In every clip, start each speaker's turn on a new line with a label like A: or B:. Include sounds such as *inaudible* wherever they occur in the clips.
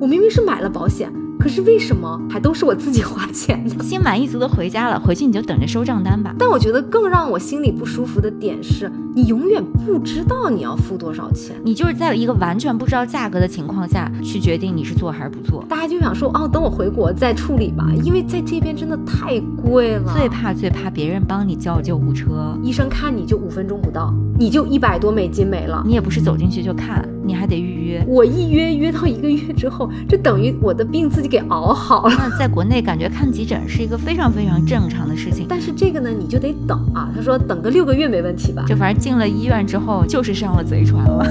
A: 我明明是买了保险，可是为什么还都是我自己花钱呢？ *laughs*
B: 心满意足的回家了，回去你就等着收账单吧。
A: 但我觉得更让我心里不舒服的点是，你永远不知道你要付多少钱。
B: 你就是在一个完全不知道价格的情况下去决定你是做还是不做，
A: 大家就想说，哦，等我回国再处理吧，因为在这边真的太贵了。
B: 最怕最怕别人帮你叫救护车，
A: 医生看你就五分钟不到，你就一百多美金没了。
B: 你也不是走进去就看，你还得预约。
A: 我一约约到一个月之后，这等于我的病自己给熬好了。
B: 那在国内感觉看急诊是一个非常非常正常的事情，
A: 但是这个呢，你就得等啊。他说等个六个月没问题吧？
B: 就反正进了医院之后就是上了贼船了。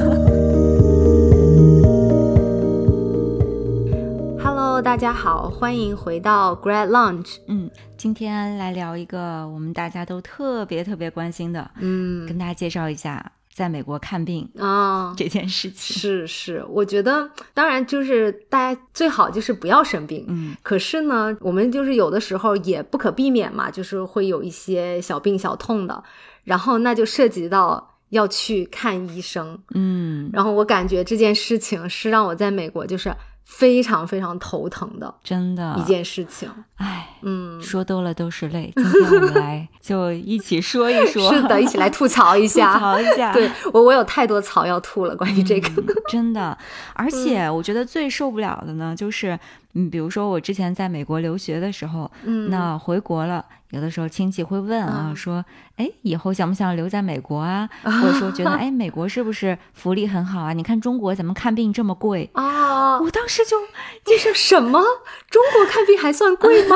A: Hello，大家好，欢迎回到 Grad Lunch。
B: *laughs* 嗯，今天来聊一个我们大家都特别特别关心的，
A: 嗯
B: 跟大家介绍一下在美国看病
A: 啊。
B: 这件事情。
A: 是是，我觉得当然就是大家最好就是不要生病，
B: *laughs* 嗯，
A: 可是呢，我们就是有的时候也不可避免嘛，就是会有一些小病小痛的，然后那就涉及到要去看医生。
B: 嗯，
A: 然后我感觉这件事情是让我在美国就是非常非常头疼的
B: 真的，
A: 一件事情。
B: 哎，
A: 嗯，
B: 说多了都是泪。今天我们
A: *laughs*
B: 来就一起说一 *laughs* 说，
A: 是
B: *laughs*
A: 的，一起来吐槽一
B: 吐
A: 下。
B: 槽一下，
A: 对我，我有太多槽要吐了，关于这个。
B: 嗯
A: *laughs*
B: 真的，而
A: 嗯
B: 且我觉得最受不了的呢，就是嗯，比如说我之前在美国留学的时候，
A: 嗯，
B: 那回国了，有的时候亲戚会问啊，
A: 嗯
B: 说，哎，以后想不想留在美国
A: *laughs*
B: 啊？或者说觉得，哎，美国是不是福利很好啊？你看中国咱们看病这么贵，
A: 啊，
B: 我当时就
A: 这是什么？中国看病还算贵
B: *laughs*
A: 吗？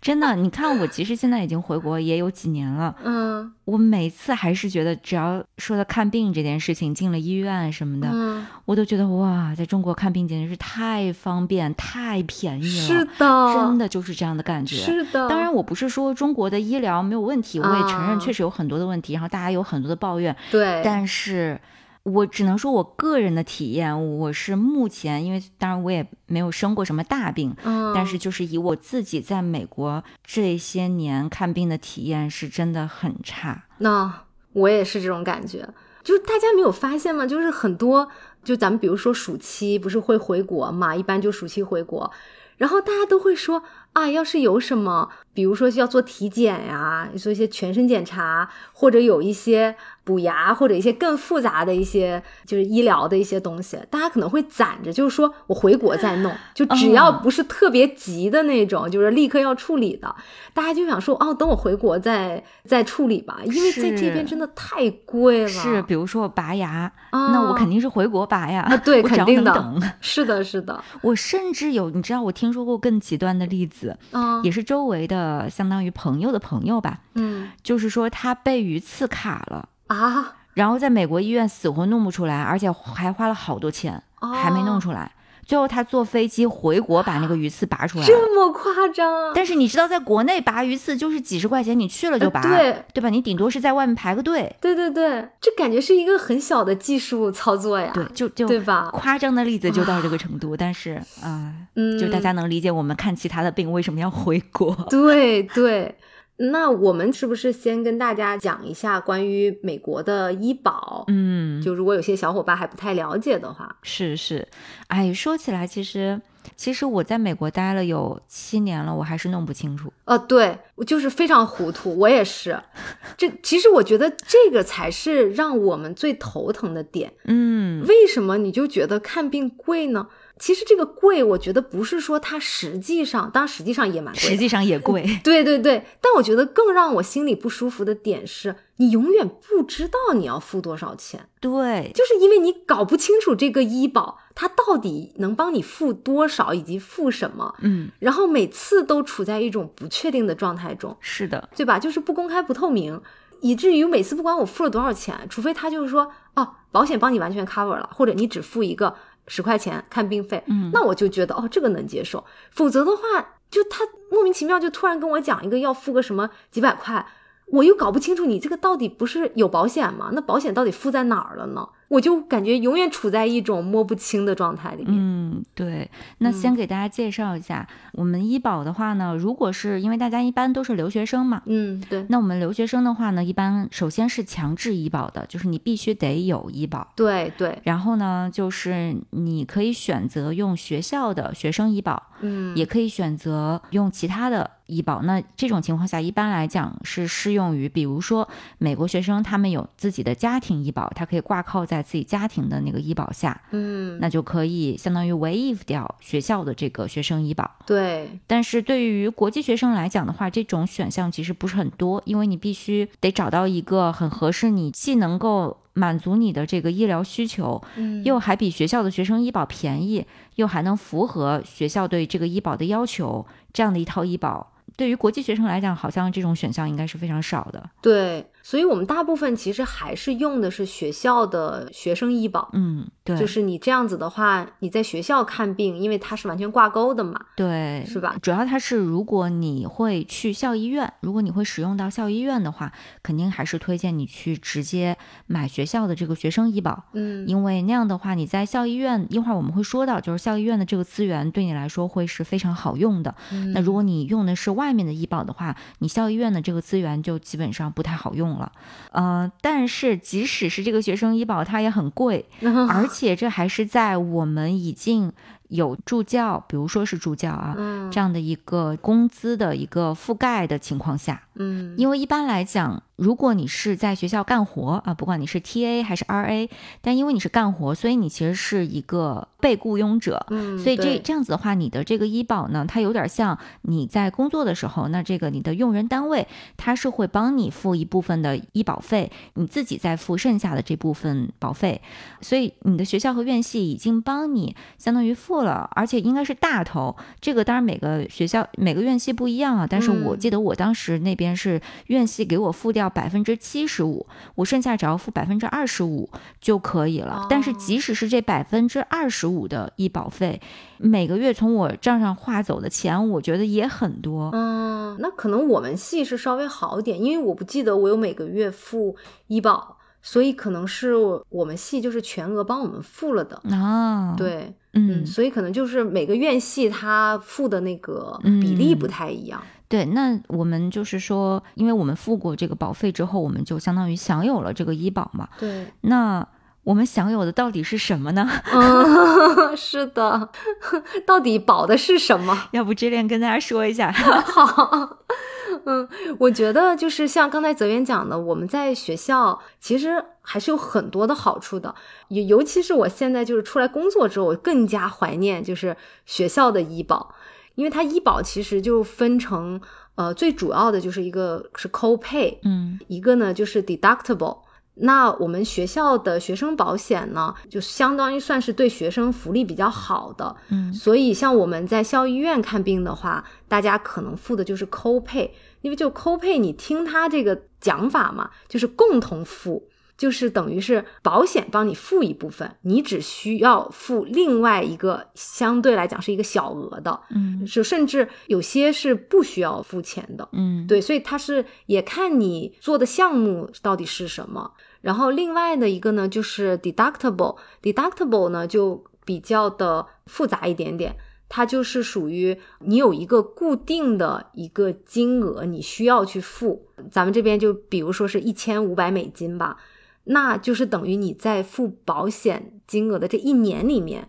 B: 真的，你看我其实现在已经回国也有几年了，
A: 嗯
B: 我每次还是觉得，只要说到看病这件事情，进了医院什么的，
A: 嗯，
B: 我都觉得哇，在中国看病简直是太方便、太便宜了，
A: 是的，
B: 真的就是这样的感觉。
A: 是的。
B: 当然，我不是说中国的医疗没有问题，我也承认
A: 啊
B: 确实有很多的问题，然后大家有很多的抱怨，
A: 对，
B: 但是。我只能说，我个人的体验，我是目前，因为当然我也没有生过什么大病，
A: 嗯，
B: 但是就是以我自己在美国这些年看病的体验，是真的很差。
A: 那我也是这种感觉，就是大家没有发现吗？就是很多，就咱们比如说暑期不是会回国嘛，一般就暑期回国，然后大家都会说啊，要是有什么，比如说要做体检呀、做一些全身检查，或者有一些补牙，或者一些更复杂的一些就是医疗的一些东西，大家可能会攒着，就是说我回国再弄，就只要
B: 哦
A: 不是特别急的那种，就是立刻要处理的，大家就想说哦，等我回国再再处理吧，因为在这边
B: 是
A: 真的太贵了。
B: 是，比如说我拔牙，
A: 啊，
B: 那我肯定是回国拔呀。
A: 啊对
B: *laughs* 我只要
A: 肯定的
B: 能等。
A: 是的，是
B: *laughs*
A: 的，
B: 我甚至有，你知道，我听说过更极端的例子，
A: 嗯
B: 也是周围的相当于朋友的朋友吧，
A: 嗯
B: 就是说他被鱼刺卡了，
A: 啊，
B: 然后在美国医院死活弄不出来，而且还花了好多钱，还没弄
A: 哦
B: 出来。最后他坐飞机回国把那个鱼刺拔出来了。
A: 这么夸张？呃
B: 但是你知道，在国内拔鱼刺就是几十块钱，你去了就拔，
A: 对
B: 对吧？你顶多是在外面排个队，
A: 对对对，这感觉是一个很小的技术操作呀，
B: 对，就就
A: 对吧？
B: 夸张的例子就到这个程度，但是啊、
A: 嗯，
B: 就大家能理解我们看其他的病为什么要回国。
A: 对对。那我们是不是先跟大家讲一下关于美国的医保？
B: 嗯，
A: 就如果有些小伙伴还不太了解的话，
B: 是是，哎，说起来，其实其实我在美国待了有七年了，我还是弄不清楚。
A: 呃，对，我就是非常糊涂，我也是。这其实我觉得这个才是让我们最头疼的点。
B: 嗯，
A: 为什么你就觉得看病贵呢？其实这个贵，我觉得不是说它实际上，当然实际上也蛮贵的，
B: *laughs* 实际上也贵。
A: 对对对，但我觉得更让我心里不舒服的点是，你永远不知道你要付多少钱，
B: *laughs* 对，
A: 就是因为你搞不清楚这个医保它到底能帮你付多少以及付什么，
B: 嗯，
A: 然后每次都处在一种不确定的状态中，
B: 是的，
A: 对吧？就是不公开、不透明，以至于每次不管我付了多少钱，除非他就是说，哦，保险帮你完全 cover 了，或者你只付一个十块钱看病费，
B: 嗯
A: 那我就觉得哦，这个能接受。否则的话，就他莫名其妙就突然跟我讲一个要付个什么几百块，我又搞不清楚你这个到底不是有保险吗？那保险到底付在哪儿了呢？我就感觉永远处在一种摸不清的状态里面。
B: 嗯，嗯，对。那先给大家介绍一下，我们医保的话呢，如果是因为大家一般都是留学生嘛，
A: 嗯，对
B: 那我们留学生的话呢，一般首先是强制医保的，就是你必须得有医保。
A: 对对，
B: 然后呢，就是你可以选择用学校的学生医保，
A: 嗯，
B: 也可以选择用其他的医保。那这种情况下，一般来讲是适用于，比如说美国学生他们有自己的家庭医保，他可以挂靠在自己家庭的那个医保下，
A: 嗯，
B: 那就可以相当于 waive 掉学校的这个学生医保。
A: 对
B: 但是对于国际学生来讲的话，这种选项其实不是很多，因为你必须得找到一个很合适你，既能够满足你的这个医疗需求，
A: 嗯
B: 又还比学校的学生医保便宜，又还能符合学校对这个医保的要求，这样的一套医保。对于国际学生来讲，好像这种选项应该是非常少的。
A: 对，所以我们大部分其实还是用的是学校的学生医保。
B: 嗯，对，
A: 就是你这样子的话，你在学校看病，因为它是完全挂钩的嘛，
B: 对，
A: 是吧？
B: 主要它是，如果你会去校医院，如果你会使用到校医院的话，肯定还是推荐你去直接买学校的这个学生医保，
A: *laughs* 嗯
B: 因为那样的话，你在校医院一会儿我们会说到，就是校医院的这个资源对你来说会是非常好用的。那如果你用的是外面的医保的话，你校医院的这个资源就基本上不太好用了。呃，但是即使是这个学生医保，它也很贵，
A: 嗯
B: 而且这还是在我们已经有助教，比如说是助教啊，这样的一个工资的一个覆盖的情况下，
A: 嗯
B: 因为一般来讲，如果你是在学校干活啊，不管你是 TA 还是 RA，但因为你是干活，所以你其实是一个被雇佣者。
A: 嗯，
B: *laughs* 所以这
A: 对
B: 这样子的话，你的这个医保呢，它有点像你在工作的时候，那这个你的用人单位它是会帮你付一部分的医保费，你自己再付剩下的这部分保费。所以你的学校和院系已经帮你相当于付了，而且应该是大头。这个当然每个学校每个院系不一样啊，但是我
A: 嗯
B: 记得我当时那边是院系给我付掉百分之七十五，我剩下只要付百分之二十五就可以了。但是
A: 哦
B: 即使是这百分之二十五的医保费，每个月从我账上划走的钱，我觉得也很多。
A: 嗯，那可能我们系是稍微好一点，因为我不记得我有每个月付医保，所以可能是我们系就是全额帮我们付了的。
B: 啊，，
A: 嗯对，
B: 嗯，
A: 所以可能就是每个院系它付的那个
B: 嗯
A: 比例不太一样。
B: 对，那我们就是说，因为我们付过这个保费之后，我们就相当于享有了这个医保嘛。
A: 对，
B: 那我们享有的到底是什么呢？ *laughs*
A: 嗯， *laughs* 是的，到底保的是什么？ *laughs*
B: 要不 j 恋跟大家说一下？
A: 好，嗯，我觉得就是像刚才泽源讲的，我们在学校其实还是有很多的好处的，尤尤其是我现在就是出来工作之后，我更加怀念就是学校的医保，因为它医保其实就分成呃最主要的就是一个是 co-pay，
B: 嗯
A: 一个呢就是 deductible。那我们学校的学生保险呢，就相当于算是对学生福利比较好的，
B: 嗯
A: 所以，像我们在校医院看病的话，大家可能付的就是 copay，因为就 copay，你听他这个讲法嘛，就是共同付，就是等于是保险帮你付一部分，你只需要付另外一个相对来讲是一个小额的，
B: 嗯
A: 是甚至有些是不需要付钱的。
B: 嗯，
A: 对，所以它是也看你做的项目到底是什么。然后另外的一个呢，就是 deductible，deductible 呢就比较的复杂一点点，它就是属于你有一个固定的一个金额，你需要去付。咱们这边就比如说是一千五百美金吧，那就是等于你在付保险金额的这一年里面，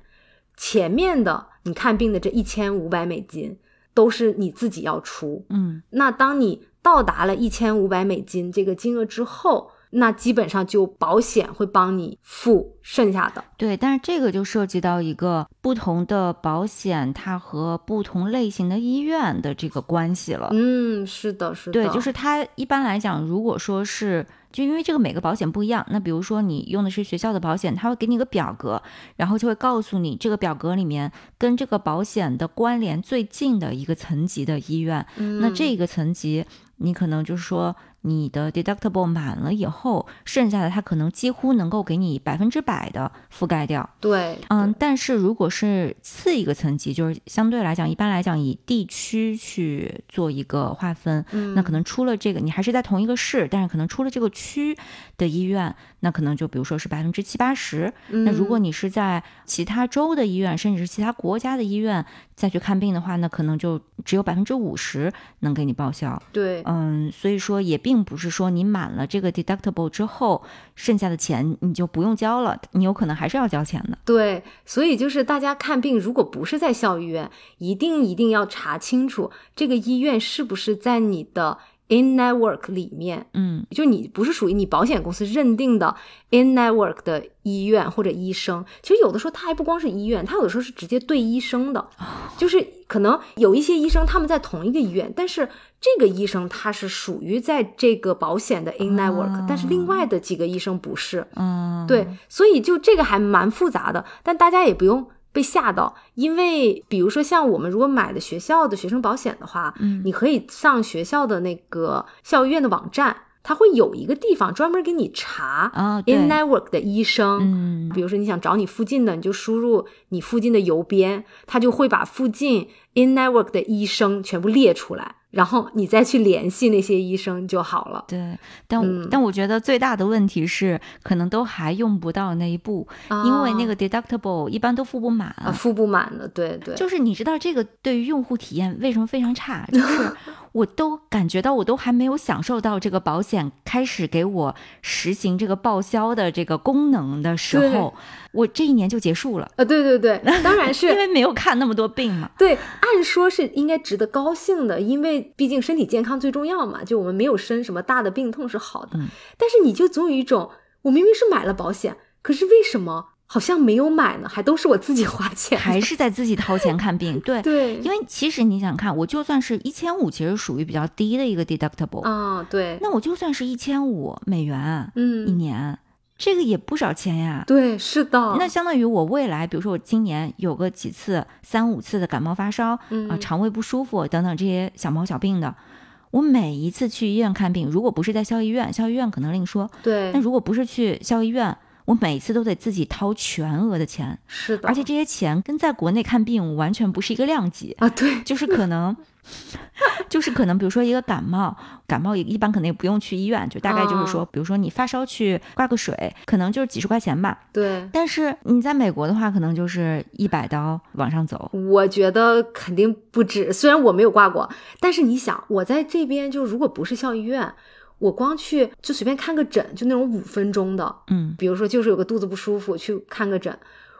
A: 前面的你看病的这一千五百美金都是你自己要出，
B: 嗯
A: 那当你到达了一千五百美金这个金额之后，那基本上就保险会帮你付剩下的。
B: 对，但是这个就涉及到一个不同的保险，它和不同类型的医院的这个关系了。
A: 嗯，是的，是的，
B: 呃对，就是它一般来讲，如果说是就因为这个每个保险不一样，那比如说你用的是学校的保险，它会给你一个表格，然后就会告诉你这个表格里面跟这个保险的关
A: 嗯
B: 联最近的一个层级的医院，那这个层级你可能就是说你的 deductible 满了以后，剩下的它可能几乎能够给你百分之百的覆盖掉。
A: 对，
B: 嗯，但是如果是次一个层级，就是相对来讲，一般来讲以地区去做一个划分，
A: 嗯
B: 那可能出了这个，你还是在同一个市，但是可能出了这个区的医院，那可能就比如说是百分之七八十。那如果
A: 嗯
B: 你是在其他州的医院，甚至是其他国家的医院再去看病的话，那可能就只有百分之五十能给你报销。
A: 对，
B: 嗯，所以说也并不是说你满了这个 deductible 之后，剩下的钱你就不用交了，你有可能还是要交钱的。
A: 对，所以就是大家看病，如果不是在校医院，一定一定要查清楚这个医院是不是在你的 in network 里面，
B: 嗯
A: 就你不是属于你保险公司认定的 in network 的医院或者医生。其实有的时候他还不光是医院，他有的时候是直接对医生的，就是可能有一些医生他们在同一个医院，但是这个医生他是属于在这个保险的 in network，、但是另外的几个医生不是。
B: 嗯，
A: 对，所以就这个还蛮复杂的，但大家也不用被吓到，因为比如说像我们如果买的学校的学生保险的话，
B: 嗯
A: 你可以上学校的那个校医院的网站，它会有一个地方专门给你查
B: 啊、对，
A: in network 的医生。
B: 嗯
A: 比如说你想找你附近的，你就输入你附近的邮编，它就会把附近 in network 的医生全部列出来，然后你再去联系那些医生就好了。
B: 对，但、
A: 嗯
B: 但我觉得最大的问题是，可能都还用不到那一步，因为那个 deductible 一般都付不满。
A: 啊付不满的，对对，
B: 就是你知道这个对于用户体验为什么非常
A: *laughs*
B: 差，就是我都感觉到我都还没有享受到这个保险开始给我实行这个报销的这个功能的时
A: 对
B: 候，我这一年就结束了，
A: 啊对对
B: *laughs*
A: 对，当然是
B: 因为没有看那么多病嘛。
A: 对，按说是应该值得高兴的，因为毕竟身体健康最重要嘛。就我们没有生什么大的病痛是好的，
B: 嗯
A: 但是你就总有一种，我明明是买了保险，可是为什么好像没有买呢？还都是我自己花钱，
B: 还是在自己掏钱看
A: *laughs*
B: 病，对，
A: 对，
B: 因为其实你想看，我就算是一千五，其实属于比较低的一个 deductible，、
A: 啊、对，
B: 那我就算是一千五美元、一
A: 嗯，
B: 年，这个也不少钱呀。
A: 对，是的，
B: 那相当于我未来，比如说我今年有个几次三五次的感冒发烧啊、
A: 嗯
B: 肠胃不舒服等等这些小毛小病的，我每一次去医院看病，如果不是在校医院，校医院可能另说，
A: 对
B: 但，如果不是去校医院，我每次都得自己掏全额的钱，
A: 是的，
B: 而且这些钱跟在国内看病完全不是一个量级。
A: 啊，对，
B: 就是
A: *laughs*
B: 可能，就是可能，比如说一个感冒，感冒也一般可能也不用去医院，就大概就是说，
A: 哦
B: 比如说你发烧去挂个水，可能就是几十块钱吧。
A: 对。
B: 但是你在美国的话，可能就是一百刀往上走。
A: 我觉得肯定不止，虽然我没有挂过，但是你想，我在这边就如果不是校医院，我光去就随便看个诊，就那种五分钟的，
B: 嗯，
A: 比如说就是有个肚子不舒服去看个诊，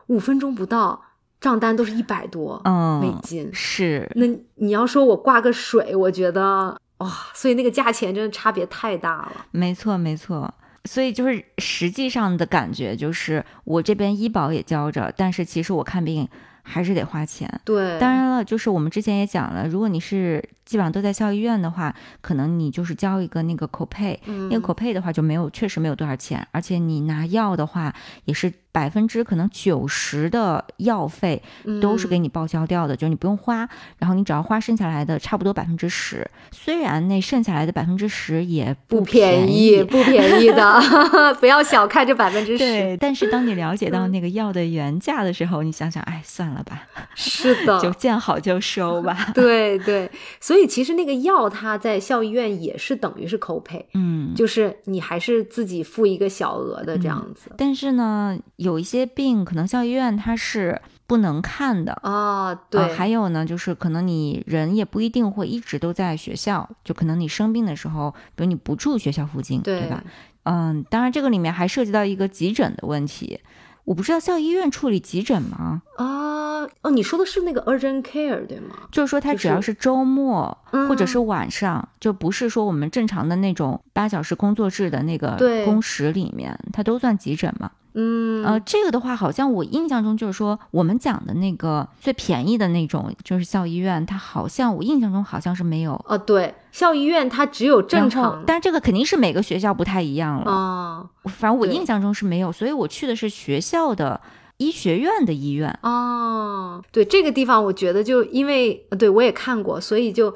A: 五分钟不到，账单都是一百多
B: 嗯
A: 美金。
B: 是，
A: 那你要说我挂个水，我觉得哇、所以那个价钱真的差别太大了。
B: 没错，没错。所以就是实际上的感觉就是，我这边医保也交着，但是其实我看病还是得花钱。
A: 对，
B: 当然了，就是我们之前也讲了，如果你是基本上都在校医院的话，可能你就是交一个那个 copay，、那
A: 嗯
B: 个 copay 的话就没有，确实没有多少钱，而且你拿药的话也是百分之可能九十的药费
A: 嗯
B: 都是给你报销掉的，就是你不用花，然后你只要花剩下来的差不多百分之十，虽然那剩下来的百分之十也
A: 不
B: 便
A: 便宜，不便宜的， *laughs* 不要小看这百分之十。
B: 对，但是当你了解
A: 嗯
B: 到那个药的原价的时候，你想想，哎，算了吧，
A: 是的，
B: *laughs* 就见好就收
A: *laughs*
B: 吧。*laughs*
A: 对对，所以其实那个药它在校医院也是等于是口 o
B: 嗯，
A: 就是你还是自己付一个小额的这样子。
B: 但是呢，有一些病可能校医院它是不能看的。
A: 啊，对，
B: 呃还有呢，就是可能你人也不一定会一直都在学校，就可能你生病的时候，比如你不住学校附近，对
A: 对
B: 吧？嗯，当然这个里面还涉及到一个急诊的问题，我不知道校医院处理急诊吗？
A: 啊，哦，你说的是那个 urgent care 对吗？
B: 就是说它
A: 就
B: 只要
A: 是
B: 是周末
A: 嗯
B: 或者是晚上，就不是说我们正常的那种八小时工作制的那个
A: 对
B: 工时里面，它都算急诊嘛？
A: 嗯，
B: 呃，这个的话，好像我印象中就是说，我们讲的那个最便宜的那种，就是校医院，它好像我印象中好像是没有
A: 哦，对，校医院它只有正
B: 然后
A: 常的
B: 但这个肯定是每个学校不太一样了。
A: 啊
B: 反正我
A: 对
B: 印象中是没有，所以我去的是学校的医学院的医院。
A: 哦，对这个地方，我觉得就因为呃对我也看过，所以就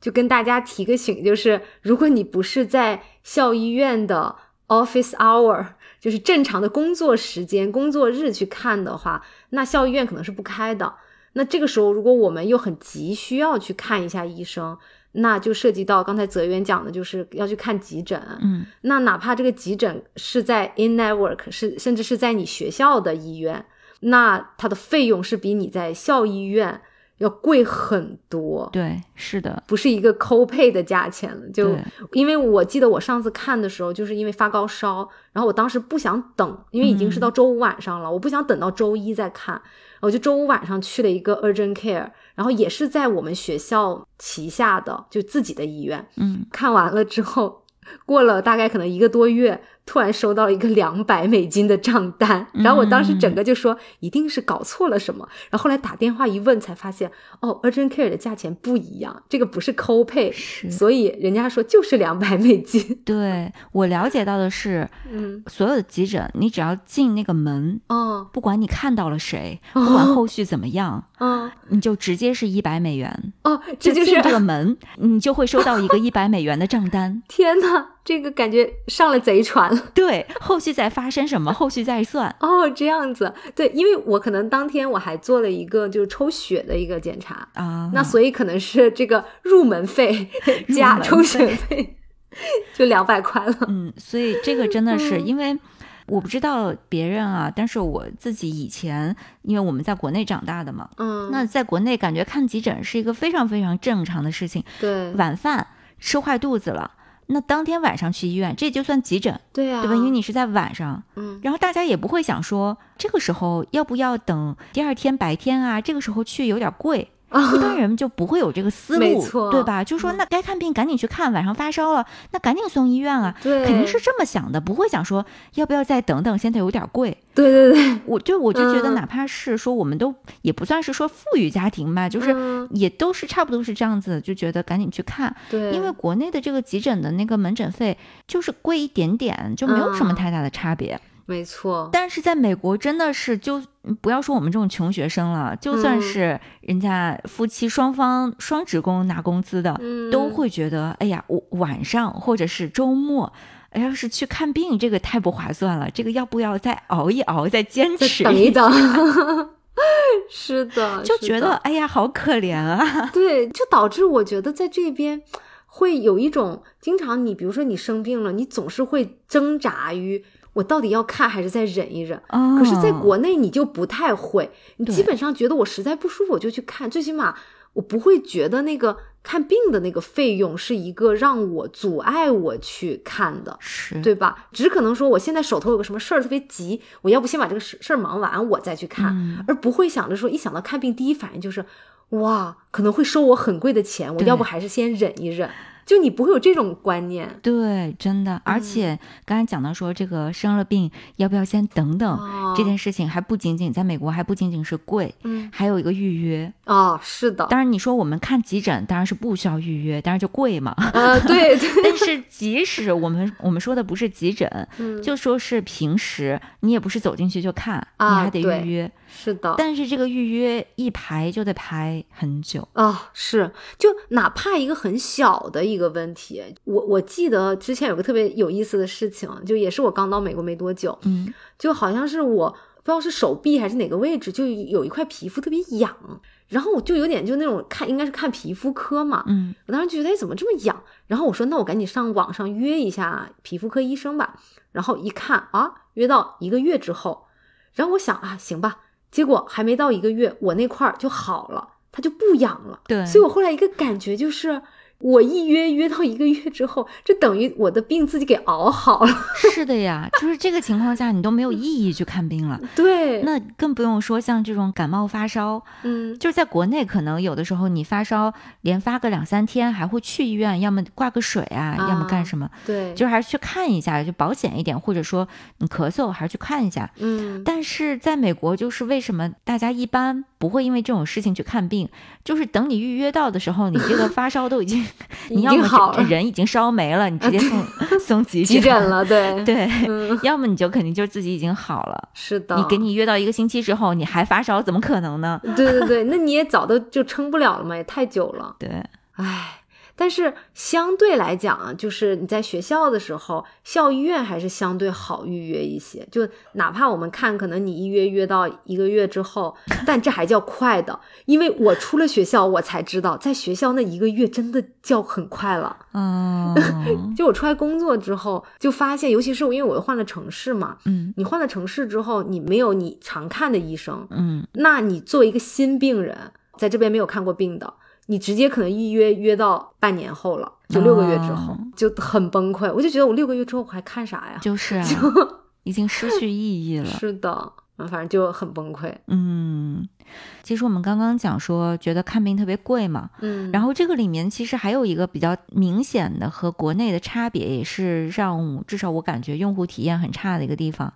A: 就跟大家提个醒，就是如果你不是在校医院的 office hour，就是正常的工作时间、工作日去看的话，那校医院可能是不开的。那这个时候，如果我们又很急需要去看一下医生，那就涉及到刚才泽源讲的，就是要去看急诊。
B: 嗯，
A: 那哪怕这个急诊是在 in network，是甚至是在你学校的医院，那它的费用是比你在校医院要贵很多。
B: 对，是的，
A: 不是一个 copay 的价钱了，就
B: 对
A: 因为我记得我上次看的时候，就是因为发高烧，然后我当时不想等，因为已经是到周五晚上了，我不想等到周一再看，我就周五晚上去了一个 urgent care，然后也是在我们学校旗下的就自己的医院，
B: 嗯，
A: 看完了之后，过了大概可能一个多月，突然收到了一个两百美金的账单，然后我当时整个就说一定是搞错了什么，然后后来打电话一问才发现，哦，urgent care 的价钱不一样，这个不是 copay，
B: 是
A: 所以人家说就是两百美
B: *laughs*
A: 金，
B: 对我了解到的是，
A: 嗯，
B: 所有的急诊，你只要进那个门，
A: 哦，
B: 不管你看到了谁，不管后续怎么样，
A: 哦，
B: 你就直接是一百美元，
A: 哦，这就是
B: 进这个门，你就会收到一个一百美元的账单。 *laughs*
A: 天呐，这个感觉上了贼船了。
B: 对，后续再发生什么，后续再算。
A: 哦，这样子，对，因为我可能当天我还做了一个就是抽血的一个检查，
B: 啊，
A: 那所以可能是这个入门
B: *laughs*
A: 费
B: 入
A: 加
B: 门
A: 抽血费 *laughs* 就两百块了。
B: 嗯，所以这个真的是
A: 嗯
B: 因为我不知道别人啊，但是我自己以前，因为我们在国内长大的嘛，
A: 嗯，
B: 那在国内感觉看急诊是一个非常非常正常的事情。
A: 对
B: 晚饭吃坏肚子了，那当天晚上去医院，这就算急诊，
A: 对啊，
B: 对吧？因为你是在晚上，
A: 嗯
B: 然后大家也不会想说这个时候要不要等第二天白天啊，这个时候去有点贵。一般人就不会有这个思
A: 啊没
B: 路
A: 错，嗯
B: 对吧？就说那该看病赶紧去看，晚上发烧了，那赶紧送医院啊，
A: 对
B: 肯定是这么想的，不会想说要不要再等等，现在有点贵。
A: 对对对，
B: 我就我就觉得，
A: 嗯
B: 哪怕是说我们都也不算是说富裕家庭吧，就是
A: 嗯
B: 也都是差不多是这样子，就觉得赶紧去看。
A: 对，
B: 因为国内的这个急诊的那个门诊费就是贵一点点，就没有什么
A: 嗯
B: 太大的差别。
A: 没错，
B: 但是在美国真的是就嗯不要说我们这种穷学生了，就算
A: 嗯
B: 是人家夫妻双方双职工拿工资的，
A: 嗯
B: 都会觉得哎呀，我晚上或者是周末。哎要是去看病，这个太不划算了。这个要不要再熬一熬，再坚
A: 再
B: 持
A: 等
B: 一
A: 一等。 *laughs* 是的，
B: 就是觉得
A: 的
B: 哎呀，好可怜啊！
A: 对，就导致我觉得在这边会有一种经常你比如说你生病了，你总是会挣扎于我到底要看还是再忍一忍。可是，在
B: 哦
A: 国内你就不太会，你基
B: 对
A: 本上觉得我实在不舒服我就去看，最起码我不会觉得那个看病的那个费用是一个让我阻碍我去看的，
B: 是
A: 对吧？只可能说我现在手头有个什么事儿特别急，我要不先把这个事事儿忙完我再去看，
B: 嗯
A: 而不会想着说一想到看病第一反应就是哇可能会收我很贵的钱，我要不
B: 对
A: 还是先忍一忍，就你不会有这种观念。
B: 对，真的。
A: 嗯
B: 而且刚才讲到说，这个生了病要不要先等等、
A: 哦
B: 这件事情，还不仅仅在美国，还不仅仅是贵，
A: 嗯
B: 还有一个预约。
A: 啊、是的，
B: 当然，你说我们看急诊当然是不需要预约，当然就贵嘛。 *laughs*
A: 呃，对对，
B: 但是即使我们我们说的不是急诊，
A: 嗯，
B: 就说是平时你也不是走进去就看，
A: 啊
B: 你还得
A: 对
B: 预约。
A: 是的。
B: 但是这个预约一排就得排很久。
A: 啊、是，就哪怕一个很小的一个问题，我我记得之前有个特别有意思的事情，就也是我刚到美国没多久，
B: 嗯
A: 就好像是我不知道是手臂还是哪个位置，就有一块皮肤特别痒，然后我就有点就那种看应该是看皮肤科嘛， *laughs*
B: 嗯
A: 我当时觉得哎怎么这么痒，然后我说那我赶紧上网上约一下皮肤科医生吧，然后一看啊约到一个月之后，然后我想啊行吧，结果还没到一个月，我那块儿就好了，它就不痒了。
B: 对
A: 所以我后来一个感觉就是，我一约约到一个月之后，这等于我的病自己给熬好
B: *laughs*
A: 了。
B: 是的呀，就是这个情况下，你都没有意义去看病了。
A: 嗯对，
B: 那更不用说像这种感冒发烧，
A: 嗯，
B: 就是在国内可能有的时候你发烧连发个两三天，还会去医院，要么挂个水啊，要么
A: 啊
B: 干什么，
A: 对，
B: 就是还是去看一下，就保险一点，或者说你咳嗽还是去看一下。
A: 嗯，
B: 但是在美国，就是为什么大家一般不会因为这种事情去看病？就是等你预约到的时候，你这个发烧都
A: *laughs*
B: 已经，
A: 已
B: 你要
A: 经
B: 么
A: 好
B: 这
A: 了
B: 人已经烧没了，你直接送、
A: *laughs*
B: 送急
A: 急诊
B: 诊，
A: 了，对，
B: 对，
A: 嗯，
B: *laughs* 要么你就肯定就自己已经好了。
A: 是的，
B: 你给你约到一个星期之后，你还发烧，怎么可能呢？
A: *laughs* 对对对，那你也早都就撑不了了嘛，也太久了，
B: 对，
A: 唉。但是相对来讲啊，就是你在学校的时候，校医院还是相对好预约一些。就哪怕我们看，可能你预约约到一个月之后，但这还叫快的，因为我出了学校，我才知道，在学校那一个月真的叫很快了。
B: 哦，
A: 就我出来工作之后，就发现，尤其是我因为我又换了城市嘛，
B: 嗯
A: 你换了城市之后，你没有你常看的医生，
B: 嗯，
A: 那你作为一个新病人，在这边没有看过病的，你直接可能预约约到半年后了，就六个月之后、
B: 哦
A: 就很崩溃。我就觉得我六个月之后我还看啥呀？
B: 就是啊，已经失去意义了。
A: 是的，嗯，反正就很崩溃。
B: 嗯，其实我们刚刚讲说，觉得看病特别贵嘛，
A: 嗯，
B: 然后这个里面其实还有一个比较明显的和国内的差别，也是让至少我感觉用户体验很差的一个地方，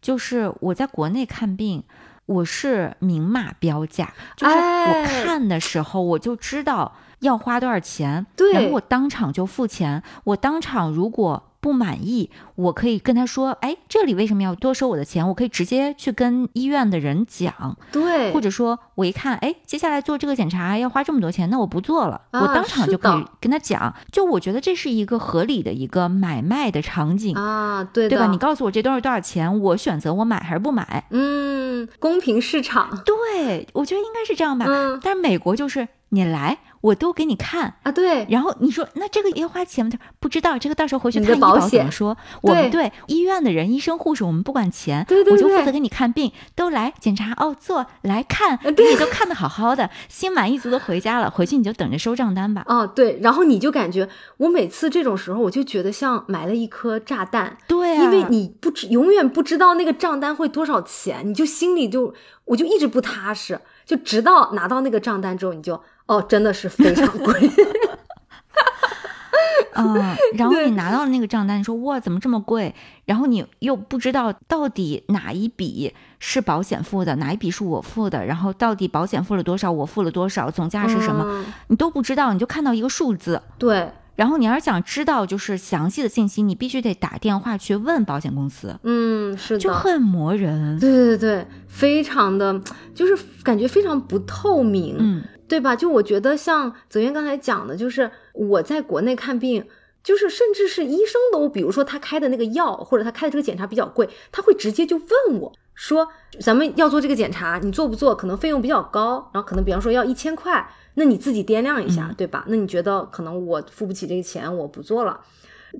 B: 就是我在国内看病。我是明码标价，就是我
A: 哎
B: 看的时候我就知道要花多少钱，
A: 对
B: 然后我当场就付钱。我当场如果不满意，我可以跟他说：“哎，这里为什么要多收我的钱？”我可以直接去跟医院的人讲。
A: 对，
B: 或者说我一看，哎，接下来做这个检查要花这么多钱，那我不做了，
A: 啊
B: 我当场就可
A: 是
B: 以
A: 的
B: 跟他讲，就我觉得这是一个合理的一个买卖的场景，
A: 啊，对的，
B: 对吧？你告诉我这东西多少钱，我选择我买还是不买。
A: 嗯，公平市场，
B: 对，我觉得应该是这样吧。
A: 嗯
B: 但是美国就是你来，我都给你看。
A: 啊，对，
B: 然后你说那这个要花钱吗？他说不知道，这个到时候回去
A: 你
B: 看
A: 的
B: 医
A: 保
B: 保怎
A: 险
B: 么说。我们
A: 对
B: 对医院的人、医生、护士，我们不管钱，
A: 对对
B: 我就负
A: 对
B: 责给你看病，都来检查哦，做来看，
A: 呃
B: 给你都看的好好的，心满意足的回家了。回去你就等着收账单吧。
A: 哦，对，然后你就感觉我每次这种时候，我就觉得像埋了一颗炸弹，
B: 对啊，
A: 因为你不知永远不知道那个账单会多少钱，你就心里就我就一直不踏实，就直到拿到那个账单之后，你就哦，真的是非常贵，
B: *laughs*
A: *laughs*
B: 嗯，然后
A: 对
B: 你拿到那个账单，你说哇，怎么这么贵？然后你又不知道到底哪一笔是保险付的，哪一笔是我付的，然后到底保险付了多少，我付了多少，总价是什么，
A: 嗯
B: 你都不知道，你就看到一个数字。
A: 对，
B: 然后你要是想知道就是详细的信息，你必须得打电话去问保险公司，
A: 嗯，是
B: 就
A: 的，
B: 很磨人。
A: 对对对，非常的，就是感觉非常不透明，
B: 嗯，
A: 对吧？就我觉得像泽源刚才讲的，就是我在国内看病，就是甚至是医生都，比如说他开的那个药或者他开的这个检查比较贵，他会直接就问我说，咱们要做这个检查，你做不做？可能费用比较高，然后可能比方说要一千块，那你自己掂量一下，对吧？那你觉得可能我付不起这个钱，我不做了。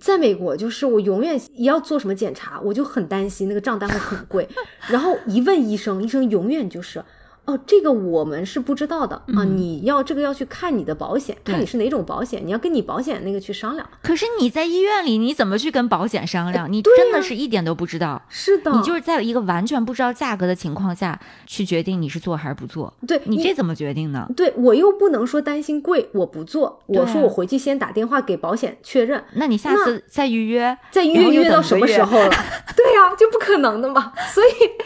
A: 在美国，就是我永远一要做什么检查，我就很担心那个账单会很
B: *laughs*
A: 贵，然后一问医生，医生永远就是。哦，这个我们是不知道的、啊！
B: 嗯
A: 你要这个要去看你的保险，看
B: 对
A: 你是哪种保险，你要跟你保险那个去商量。
B: 可是你在医院里，你怎么去跟保险商量？你
A: 对
B: 真
A: 呀
B: 的是一点都不知道。
A: 是的，
B: 你就是在一个完全不知道价格的情况下去决定你是做还是不做，
A: 对
B: 你这怎么决定呢？
A: 对我又不能说担心贵，我不做，
B: 对
A: 我
B: 啊
A: 说我回去先打电话给保险确认，
B: 那你下次再预约，
A: 再
B: 然
A: 约
B: 后又
A: 约到
B: 等
A: 什
B: 个
A: 么时
B: 月
A: 候了？ *laughs* 对呀、就不可能的嘛。所以，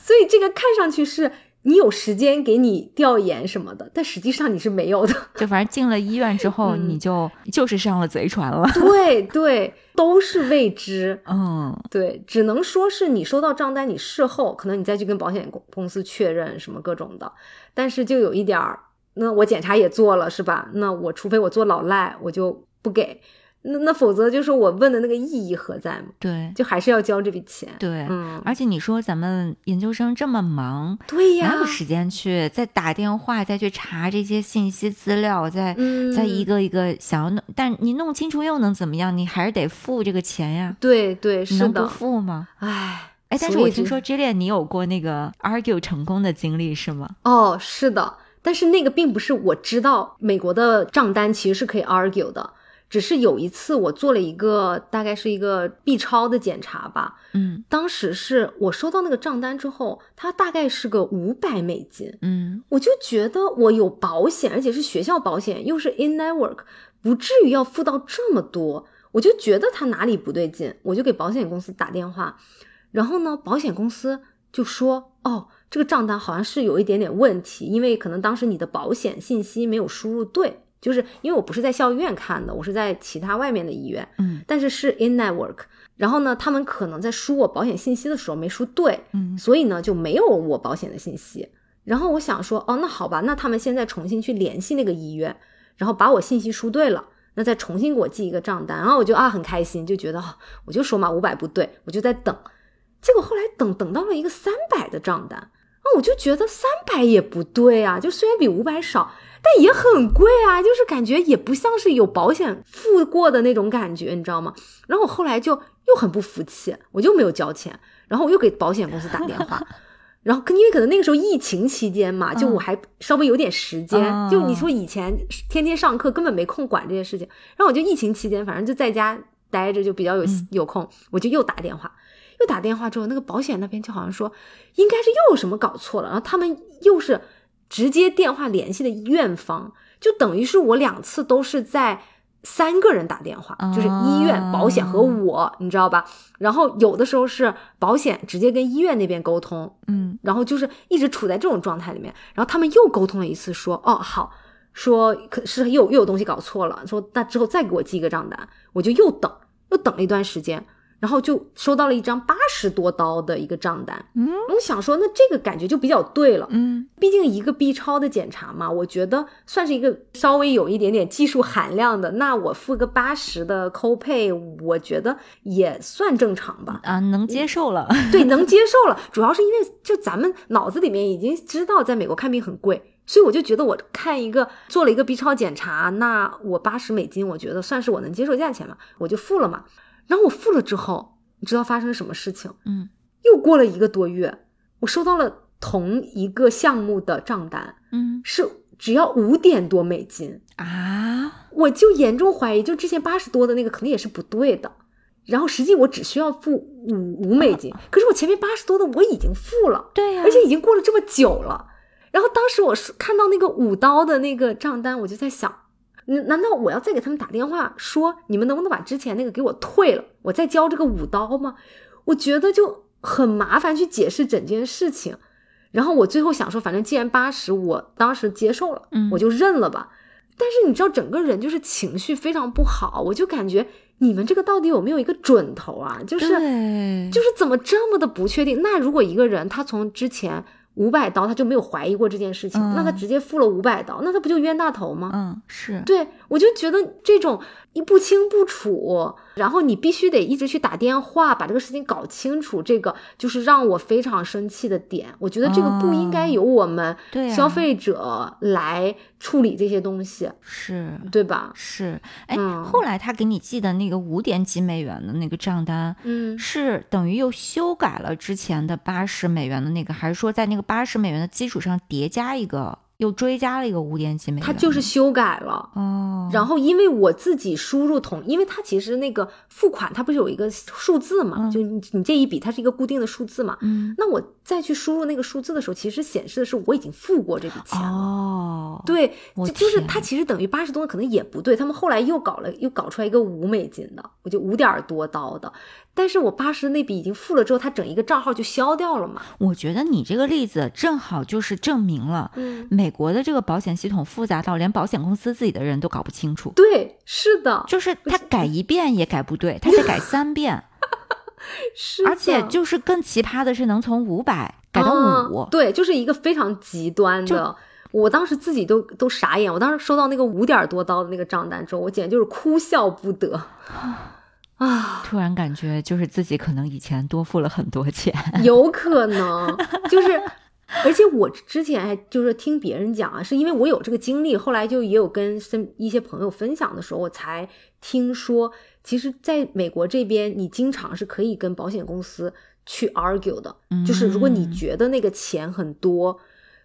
A: 所以这个看上去是你有时间给你调研什么的，但实际上你是没有的。
B: *laughs* 就反正进了医院之后，
A: 嗯
B: 你就就是上了贼船了。
A: *laughs* 对对，都是未知。
B: 嗯，
A: 对，只能说是你收到账单，你事后可能你再去跟保险公公司确认什么各种的，但是就有一点儿，那我检查也做了是吧？那我除非我做老赖，我就不给，那那否则就是我问的那个意义何在嘛？
B: 对
A: 就还是要交这笔钱。
B: 对。
A: 嗯，
B: 而且你说咱们研究生这么忙，
A: 对呀
B: 哪，有时间去再打电话，再去查这些信息资料，再、
A: 嗯，
B: 再一个一个想要弄，但你弄清楚又能怎么样？你还是得付这个钱呀，
A: 对对
B: 你
A: 是
B: 能不
A: 的，
B: 付吗？
A: 唉。
B: 哎，但是
A: 所
B: 我
A: 以
B: 听
A: 就
B: 说 j i 你有过那个 argue 成功的经历是吗？
A: 哦，是的，但是那个并不是我知道美国的账单其实是可以 argue 的，只是有一次我做了一个大概是一个 B 超的检查吧，
B: 嗯
A: 当时是我收到那个账单之后，它大概是个五百美金，
B: 嗯
A: 我就觉得我有保险，而且是学校保险，又是 in network，不至于要付到这么多。我就觉得他哪里不对劲，我就给保险公司打电话，然后呢，保险公司就说：“哦，这个账单好像是有一点点问题，因为可能当时你的保险信息没有输入对，就是因为我不是在校医院看的，我是在其他外面的医院，
B: 嗯
A: 但是是 in network。然后呢，他们可能在输我保险信息的时候没输对，
B: 嗯
A: 所以呢就没有我保险的信息。然后我想说，哦，那好吧，那他们现在重新去联系那个医院，然后把我信息输对了，那再重新给我记一个账单，然后我就啊很开心，就觉得、哦、我就说嘛五百不对，我就在等，结果后来等等到了一个三百的账单，啊那我就觉得三百也不对啊，就虽然比五百少，但也很贵啊，就是感觉也不像是有保险付过的那种感觉，你知道吗？然后我后来就又很不服气，我就没有交钱，然后我又给保险公司打电
B: *laughs*
A: 话。然后，因为可能那个时候疫情期间嘛，就我还稍微有点时间。
B: 嗯
A: 就你说以前天天上课，根本没空管这些事情。然后我就疫情期间，反正就在家待着，就比较有、
B: 嗯
A: 有空，我就又打电话。又打电话之后，那个保险那边就好像说，应该是又有什么搞错了。然后他们又是直接电话联系的院方，就等于是我两次都是在三个人打电话，就是医院、保险和我，你知道吧？然后有的时候是保险直接跟医院那边沟通，
B: 嗯
A: 然后就是一直处在这种状态里面。然后他们又沟通了一次说，哦好，说可是又又有东西搞错了，说那之后再给我寄一个账单，我就又等又等了一段时间，然后就收到了一张八十多刀的一个账单。
B: 嗯，
A: 我想说，那这个感觉就比较对了。
B: 嗯
A: 毕竟一个 B 超的检查嘛，我觉得算是一个稍微有一点点技术含量的。那我付个八十的扣配，我觉得也算正常吧。
B: 啊，能接受了。
A: 对，能接受了。主要是因为就咱们脑子里面已经知道，在美国看病很贵，所以我就觉得我看一个做了一个 B 超检查，那我八十美金，我觉得算是我能接受的价钱嘛，我就付了嘛。然后我付了之后，你知道发生了什么事情？
B: 嗯
A: 又过了一个多月，我收到了同一个项目的账单，
B: 嗯
A: 是只要五点多美金。
B: 啊，
A: 我就严重怀疑，就之前八十多的那个可能也是不对的。然后实际我只需要付五五美金，可是我前面八十多的我已经付了，
B: 对呀、
A: 而且已经过了这么久了。然后当时我是看到那个五刀的那个账单，我就在想，嗯难道我要再给他们打电话说你们能不能把之前那个给我退了，我再交这个五刀吗？我觉得就很麻烦去解释整件事情。然后我最后想说，反正既然八十，我当时接受了，
B: 嗯
A: 我就认了吧。但是你知道，整个人就是情绪非常不好，我就感觉你们这个到底有没有一个准头啊？就是
B: 对，
A: 就是怎么这么的不确定？那如果一个人他从之前五百刀他就没有怀疑过这件事情，
B: 嗯
A: 那他直接付了五百刀，那他不就冤大头吗？
B: 嗯是，
A: 对，我就觉得这种一不清不楚，然后你必须得一直去打电话把这个事情搞清楚，这个就是让我非常生气的点。我觉得这个不应该
B: 哦
A: 由我们
B: 对啊
A: 消费者来处理这些东西，
B: 是
A: 对吧？
B: 是，哎，
A: 嗯
B: 后来他给你寄的那个五点几美元的那个账单，
A: 嗯，
B: 是等于又修改了之前的八十美元的那个，还是说在那个八十美元的基础上叠加一个，又追加了一个五点几美元呢？
A: 他就是修改了。
B: 哦，
A: 然后因为我自己输入统，因为它其实那个付款它不是有一个数字嘛，
B: 嗯
A: 就你你这一笔它是一个固定的数字嘛。
B: 嗯
A: 那我再去输入那个数字的时候，其实显示的是我已经付过这笔钱了。
B: 哦，
A: 对，
B: 我
A: 就就是
B: 天
A: 它其实等于八十多的可能也不对，他们后来又搞了又搞出来一个五美金的，我就五点多刀的，但是我八十那笔已经付了之后，它整一个账号就消掉了嘛。
B: 我觉得你这个例子正好就是证明了。
A: 嗯，
B: 美国的这个保险系统复杂到连保险公司自己的人都搞不清楚，
A: 对，是的，
B: 就是他改一遍也改不对，他得改
A: *laughs*
B: 三遍，
A: 是的，
B: 而且就是更奇葩的是能从五百改到五、
A: 啊，对，就是一个非常极端的。我当时自己都都傻眼，我当时收到那个五点多刀的那个账单之后，我简直就是哭笑不得啊！
B: 突然感觉就是自己可能以前多付了很多钱。
A: 有可能就是，而且我之前还就是听别人讲啊，是因为我有这个经历，后来就也有跟身一些朋友分享的时候，我才听说，其实在美国这边，你经常是可以跟保险公司去 argue 的，就是如果你
B: 嗯
A: 觉得那个钱很多。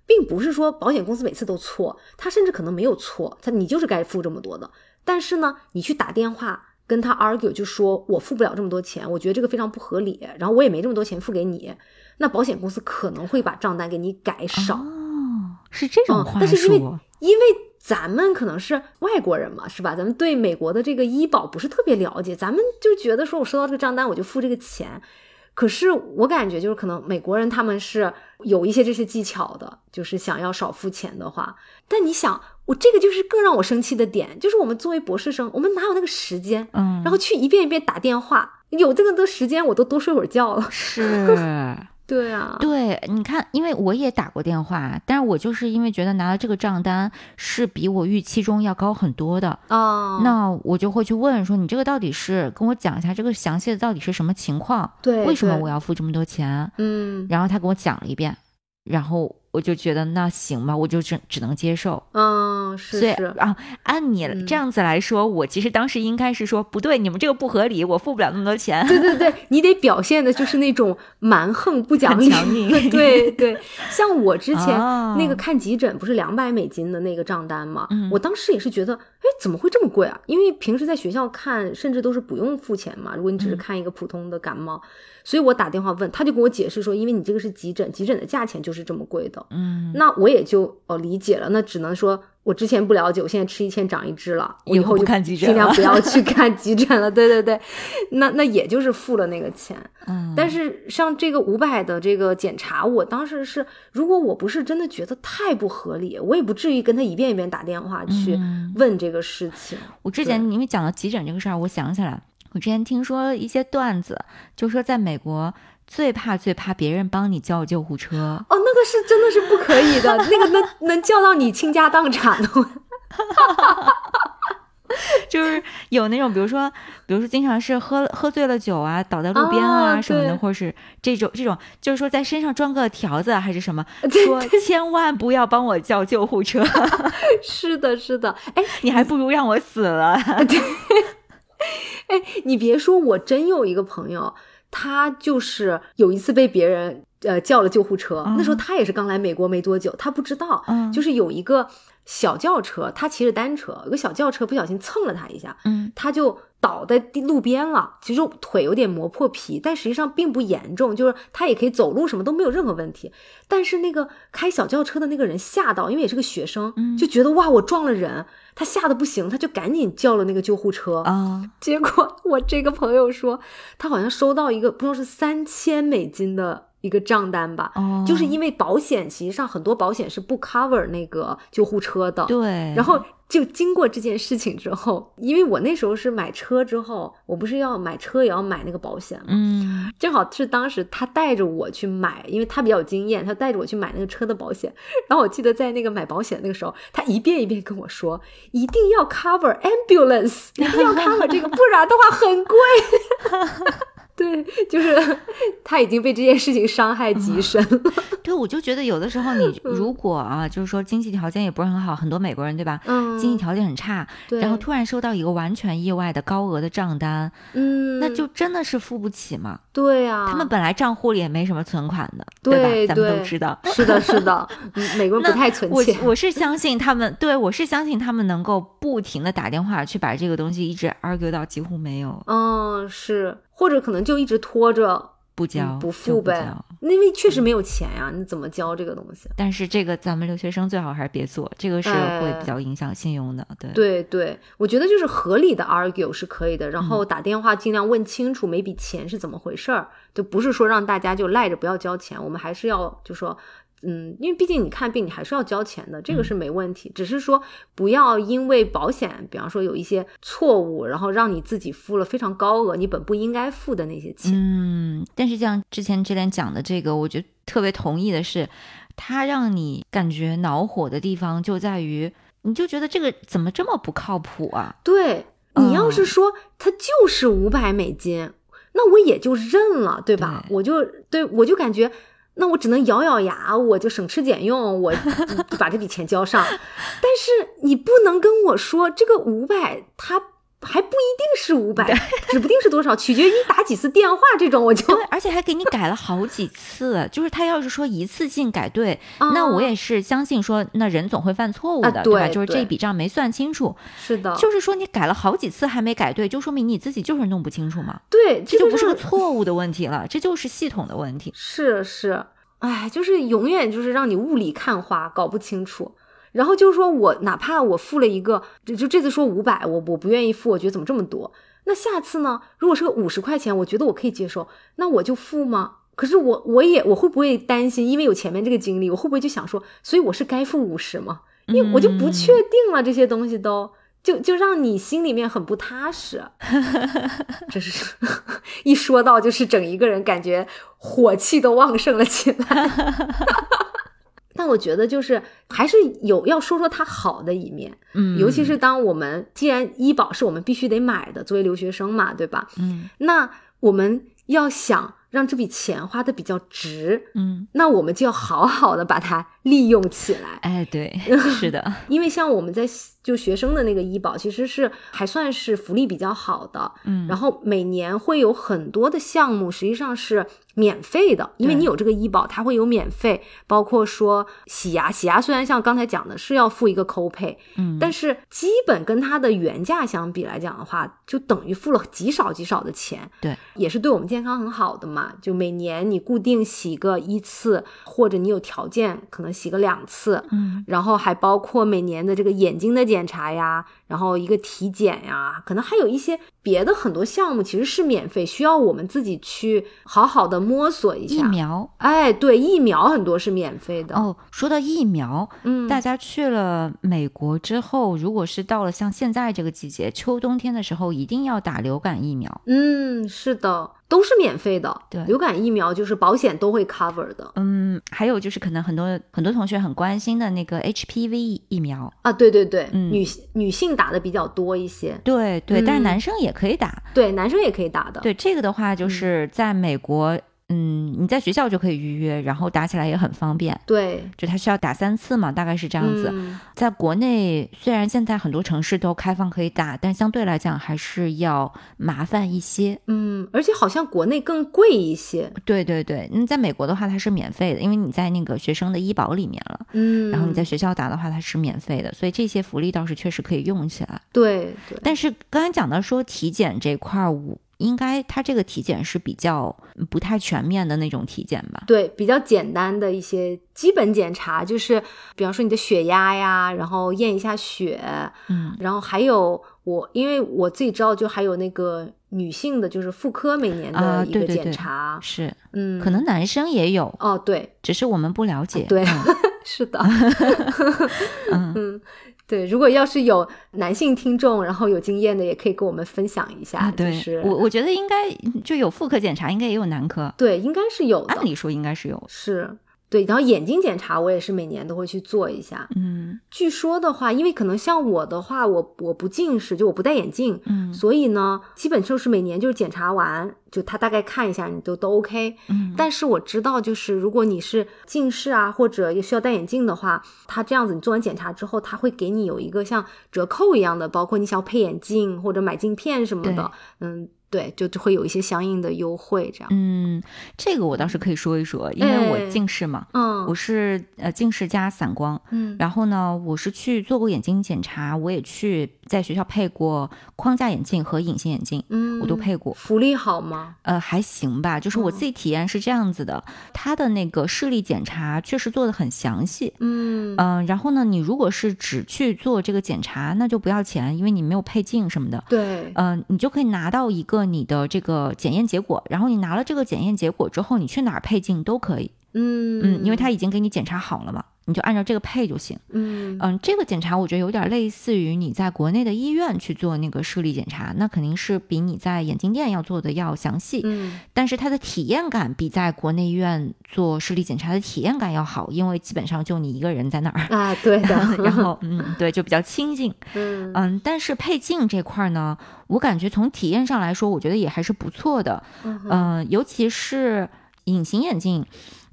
A: 并不是说保险公司每次都错，他甚至可能没有错，他你就是该付这么多的。但是呢，你去打电话跟他 argue，就说我付不了这么多钱，我觉得这个非常不合理，然后我也没这么多钱付给你，那保险公司可能会把账单给你改少。
B: 哦，是这种
A: 嗯
B: 话术，
A: 但是因为因为咱们可能是外国人嘛，是吧？咱们对美国的这个医保不是特别了解，咱们就觉得说我收到这个账单我就付这个钱。可是我感觉就是可能美国人他们是有一些这些技巧的，就是想要少付钱的话。但你想，我这个就是更让我生气的点，就是我们作为博士生，我们哪有那个时间，
B: 嗯，
A: 然后去一遍一遍打电话，有这个的时间我都多睡会儿觉了。
B: *laughs* 是
A: *laughs* 对啊，
B: 对，你看，因为我也打过电话，但是我就是因为觉得拿了这个账单是比我预期中要高很多的，
A: 哦，
B: 那我就会去问说，你这个到底是跟我讲一下这个详细的到底是什么情况？
A: 对，
B: 为什么
A: 对
B: 我要付这么多钱？
A: 嗯
B: 然后他给我讲了一遍，然后我就觉得那行吧，我就只只能接受。
A: 嗯是
B: 所以
A: 是，
B: 啊，按你
A: 嗯
B: 这样子来说，我其实当时应该是说不对，你们这个不合理，我付不了那么多钱，
A: 对 *laughs* 对对，你得表现的就是那种蛮横不讲
B: 很
A: 理。
B: 强硬。
A: 对对，像我之前
B: 哦
A: 那个看急诊不是两百美金的那个账单嘛，
B: 嗯
A: 我当时也是觉得，哎，怎么会这么贵啊？因为平时在学校看，甚至都是不用付钱嘛。如果你只是
B: 嗯
A: 看一个普通的感冒，所以我打电话问，他就跟我解释说，因为你这个是急诊，急诊的价钱就是这么贵的。
B: 嗯，
A: 那我也就哦理解了，那只能说我之前不了解，我现在吃一堑长一智了，我
B: 以后
A: 后
B: 不
A: 就
B: 看急诊
A: 尽量
B: 了
A: 不要
B: *laughs*
A: 去看急诊了。对对对，那那也就是付了那个钱。
B: 嗯
A: 但是像这个五百的这个检查，我当时是，如果我不是真的觉得太不合理，我也不至于跟他一遍一遍打电话去
B: 嗯
A: 问这个事情。
B: 我之前因为讲到急诊这个事儿，我想起来，我之前听说一些段子，就说在美国最怕最怕别人帮你叫救
A: *laughs*
B: 护车。
A: 哦，那个是真的是不可以的，那个能能叫到你倾家荡产的。 *laughs*
B: 就是有那种，比如说，比如说，经常是喝喝醉了酒啊，倒在路边啊
A: 啊
B: 什么的，
A: 对
B: 或者是这种这种，就是说在身上装个条子啊还是什么，
A: *laughs* 对
B: 说千万不要帮我叫救护车， *laughs*
A: 是的，是的，哎，
B: 你还不如让我死了。
A: *laughs* 哎你别说，我真有一个朋友，他就是有一次被别人呃叫了救护车，那时候他也是刚来美国没多久，他不知道，
B: 嗯
A: 就是有一个小轿车，他骑着单车，有个小轿车不小心蹭了他一下，
B: 嗯
A: 他就倒在地路边了，其实腿有点磨破皮，但实际上并不严重，就是他也可以走路，什么都没有任何问题。但是那个开小轿车的那个人吓到，因为也是个学生，
B: 嗯
A: 就觉得哇，我撞了人，他吓得不行，他就赶紧叫了那个救护车。
B: 啊，
A: 结果我这个朋友说，他好像收到一个不知道是三千美金的一个账单吧，
B: 哦，
A: 就是因为保险，其实上很多保险是不 cover 那个救护车的。
B: 对，
A: 然后就经过这件事情之后，因为我那时候是买车之后，我不是要买车也要买那个保险嘛，
B: 嗯，
A: 正好是当时他带着我去买，因为他比较有经验，他带着我去买那个车的保险。然后我记得在那个买保险那个时候，他一遍一遍跟我说，一定要 cover ambulance，一定要 cover 这个，不然的话很贵。 *laughs* 对，就是他已经被这件事情伤害极深了。
B: 对，我就觉得有的时候你
A: *laughs* 嗯
B: 如果啊，就是说经济条件也不是很好，很多美国人对吧？
A: 嗯，
B: 经济条件很差，
A: 对，
B: 然后突然收到一个完全意外的高额的账单，
A: 嗯，
B: 那就真的是付不起嘛。
A: 对啊，
B: 他们本来账户里也没什么存款的，
A: 对
B: 吧？咱们
A: 对
B: 都知 *laughs* 道。
A: 是的，是的，嗯美国人
B: 那
A: 不太存
B: 我
A: 钱。*laughs*
B: 我是相信他们，对我是相信他们能够不停的打电话去把这个东西一直 argue 到几乎没有
A: 嗯，是，或者可能就一直拖着，
B: 不交、
A: 嗯不
B: 就
A: 付
B: 不
A: 呗
B: 交嗯
A: 因为确实没有钱呀、你怎么交这个东西？啊
B: 但是这个咱们留学生最好还是别做，这
A: 哎
B: 个是会比较影响信用的。对，
A: 对对，我觉得就是合理的 argue 是可以的，然后打电话尽量问清楚每笔钱是怎么回事儿，就不是说让大家就赖着不要交钱，我们还是要就说。嗯，因为毕竟你看病，你还是要交钱的，这个是没问题。只是说不要因为保险，比方说有一些错误，然后让你自己付了非常高额你本不应该付的那些钱。
B: 嗯，但是像之前之前讲的这个，我觉得特别同意的是，它让你感觉恼火的地方就在于，你就觉得这个怎么这么不靠谱啊？
A: 对你要是
B: 嗯
A: 说它就是五百美金，那我也就认了，对吧？
B: 对
A: 我就对我就感觉。那我只能咬咬牙，我就省吃俭用，
B: *laughs*
A: 我嗯把这笔钱交上。但是你不能跟我说这个五百，它还不一定是五百，指不定是多少，取决于你打几次电话。这种我就
B: 对，而且还给你改了好几次，就是他要是说一次性改对，那我也是相信说，那人总会犯错误的，
A: 哦啊
B: 对吧？
A: 对
B: 就是
A: 对哦
B: 这笔账没算清楚，
A: 是的，
B: 就是说你改了好几次还没改对，就说明你自己就是弄不清楚嘛，
A: 对，
B: 这就不是个
A: 让
B: 错误的问题了，这就是系统的问题。
A: 是是，哎，就是永远就是让你雾里看花，搞不清楚。然后就是说我哪怕我付了一个，就就这次说五百，我我不愿意付，我觉得怎么这么多？那下次呢？如果是个五十块钱，我觉得我可以接受，那我就付吗？可是我我也我会不会担心？因为有前面这个经历，
B: 嗯
A: 我会不会就想说，所以我是该付五十吗？因为我就不确定了，这些东西都就就让你心里面很不踏实，真是一说到就是整一个人感觉火气都旺盛了起来。 *laughs* 但我觉得就是还是有要说说它好的一面，
B: 嗯，
A: 尤其是当我们既然医保是我们必须得买的，作为留学生嘛，对吧？
B: 嗯
A: 那我们要想让这笔钱花的比较值，
B: 嗯，
A: 那我们就要好好的把它利用起来。
B: 哎，
A: *laughs*
B: 对，是的，
A: 因为像我们在就学生的那个医保，其实是还算是福利比较好的，
B: 嗯，
A: 然后每年会有很多的项目，实际上是免费的，因为
B: 对
A: 你有这个医保，它会有免费，包括说洗牙，洗牙虽然像刚才讲的是要付一个 copay，
B: 嗯，
A: 但是基本跟它的原价相比来讲的话，就等于付了极少极少的钱，
B: 对，
A: 也是对我们健康很好的嘛。就每年你固定洗个一次，或者你有条件可能洗个两次，
B: 嗯
A: 然后还包括每年的这个眼睛的检查呀，然后一个体检呀，可能还有一些别的很多项目其实是免费，需要我们自己去好好的摸索一
B: 疫
A: 下。
B: 苗
A: 哎，对，疫苗很多是免费的，
B: 哦，说到疫苗，
A: 嗯，
B: 大家去了美国之后，如果是到了像现在这个季节，秋冬天的时候，一定要打流感疫苗。
A: 嗯，是的，都是免费的。
B: 对
A: 流感疫苗就是保险都会 cover 的
B: 嗯，还有就是可能很多很多同学很关心的那个 HPV 疫苗，
A: 啊，对对对，
B: 嗯
A: 女女性打的比较多一些，
B: 对对，但是
A: 嗯
B: 男生也可以打。
A: 对，男生也可以打的。
B: 对这个的话，就是在美国，嗯，你在学校就可以预约，然后打起来也很方便。
A: 对，嗯
B: 就他需要打三次嘛，大概是这
A: 这
B: 样子。在国内，虽然现在很多城市都开放可以打，但相对来讲还是要麻烦一些。
A: 嗯，而且好像国内更贵一些，
B: 对对对，嗯，在美国的话它是免费的，因为你在那个学生的医保里面了，
A: 嗯，
B: 然后你在学校打的话它是免费的，所以这些福利倒是确实可以用起来。
A: 对对，
B: 但是刚才讲到说体检这块儿，我应该它这个体检是比较不太全面的那种体检吧？
A: 对，比较简单的一些基本检查，就是比方说你的血压呀，然后验一下血，
B: 嗯，
A: 然后还有我，因为我自己知道，就还有那个女性的，就是妇科每年
B: 啊
A: 的一
B: 对
A: 个
B: 对
A: 检
B: 对
A: 查，
B: 是，
A: 嗯，
B: 可能男生也有，
A: 哦，对
B: 只是我们不了解。
A: 对
B: 嗯
A: *laughs* 是的，
B: 嗯
A: 嗯，对，如果要是有男性听众，然后有经验的，也可以跟我们分享一下，
B: 啊，
A: 就
B: 对，
A: 是
B: 我我觉得应该嗯就有妇科检查，应该也有男科，
A: 对，应该是有的，
B: 按理说应该是有。
A: 是对，然后眼睛检查我也是每年都会去做一下，
B: 嗯
A: 据说的话，因为可能像我的话，我我不近视，就我不戴眼镜，
B: 嗯
A: 所以呢，基本就是每年就是检查完，就他大概看一下，你都都 OK。
B: 嗯，
A: 但是我知道，就是如果你是近视啊，或者也需要戴眼镜的话，他这样子，你做完检查之后，他会给你有一个像折扣一样的，包括你想要配眼镜或者买镜片什么的
B: 对，
A: 嗯，对，就就会有一些相应的优惠，这样。
B: 嗯，这个我倒是可以说一说，因为
A: 哎
B: 我近视嘛，
A: 嗯
B: 我是呃近视加散光，
A: 嗯
B: 然后呢，我是去做过眼睛检查，我也去在学校配过框架眼镜和隐形眼镜，
A: 嗯，
B: 我都配过。
A: 福利好吗？
B: 呃，还行吧，就是我自己体验是这样子的，它的那个视力检查确实做的很详细。
A: 嗯
B: 嗯、然后呢，你如果是只去做这个检查，那就不要钱，因为你没有配镜什么的。
A: 对，
B: 嗯、你就可以拿到一个你的这个检验结果，然后你拿了这个检验结果之后，你去哪儿配镜都可以。
A: 嗯
B: 嗯，因为它已经给你检查好了嘛，你就按照这个配就行。
A: 嗯
B: 嗯，这个检查我觉得有点类似于你在国内的医院去做那个视力检查，那肯定是比你在眼镜店要做的要详细，
A: 嗯。
B: 但是它的体验感比在国内医院做视力检查的体验感要好，因为基本上就你一个人在那儿，
A: *laughs* 啊，对的
B: *laughs* 然后，嗯，对，就比较亲近，
A: *laughs* 嗯
B: 嗯，但是配镜这块儿呢，我感觉从体验上来说，我觉得也还是不错的，
A: 嗯哼
B: 嗯，尤其是隐形眼镜，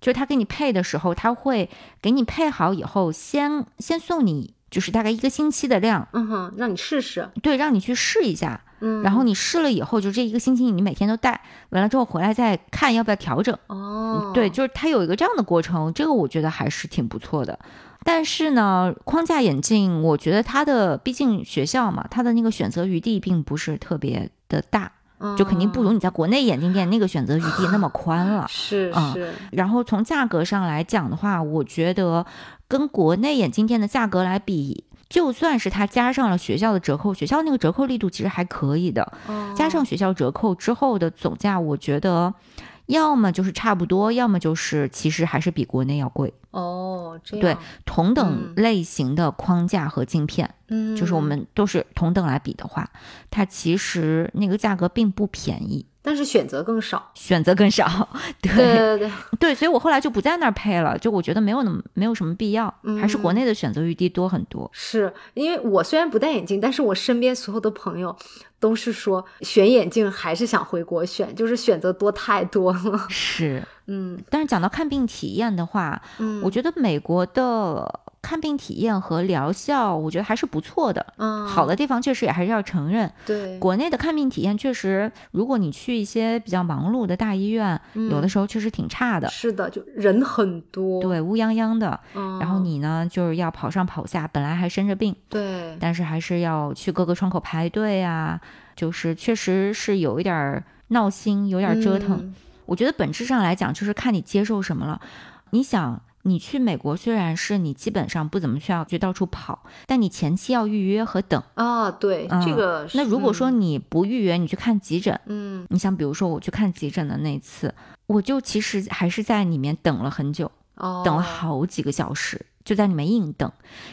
B: 就是他给你配的时候，他会给你配好以后，先先送你就是大概一个星期的量，
A: 嗯哼，让你试试，
B: 对，让你去试一下。
A: 嗯，
B: 然后你试了以后，就这一个星期你每天都戴，完了之后回来再看要不要调整。
A: 哦，
B: 嗯对，就是它有一个这样的过程，这个我觉得还是挺不错的。但是呢，框架眼镜，我觉得它的毕竟学校嘛，它的那个选择余地并不是特别的大，就肯定不
A: 容
B: 如你在国内眼镜店那个选择余地那么宽
A: *laughs*
B: 了。
A: 是
B: 啊
A: 是，
B: 然后从价格上来讲的话，我觉得跟国内眼镜店的价格来比，就算是它加上了学校的折扣，学校那个折扣力度其实还可以的。
A: 哦
B: 加上学校折扣之后的总价，我觉得要么就是差不多，要么就是其实还是比国内要贵。
A: 哦，这样
B: 对，同等类型的框架和镜片，
A: 嗯，
B: 就是我，们都是同等来比的话，它其实那个价格并不便宜，
A: 但是选择更
B: *laughs*
A: 少。
B: 选择更少。对
A: 对对对，
B: *laughs* 对所以我后来就不在那儿配了，就我觉得没有那么没有什么必要，还是
A: 嗯
B: 国内的选择余地多很多。
A: 是因为我虽然不戴眼镜，但是我身边所有的朋友都是说选眼镜还是想回国选，就是选择多太多了。 *laughs*
B: 是，
A: 嗯
B: 但是讲到看病体验的话，
A: 嗯，
B: 我觉得美国的看病体验和疗效，我觉得还是不错的。
A: 嗯
B: 好的地方确实也还是要承认，
A: 对，
B: 国内的看病体验确实，如果你去一些比较忙碌的大医院，有
A: 嗯
B: 的时候确实挺差的，
A: 是的，就人很多。，
B: 对，乌泱泱的。
A: 嗯、
B: 然后你呢，就是要跑上跑下，本来还生着病，
A: 对，
B: 但是还是要去各个窗口排队啊，就是确实是有一点儿闹心，有点儿折腾。
A: 嗯
B: 我觉得本质上来讲，就是看你接受什么了。你想，你去美国虽然是你基本上不怎么需要去到处跑，但你前期要预约和等。
A: 啊，对，这
B: 嗯
A: 个是
B: 那如果说你不预约，你去看急诊，
A: 嗯
B: 你像比如说我去看急诊的那次，我就其实还是在里面等了很久，
A: 嗯哦，
B: 等了好几个小时，就在里面硬等。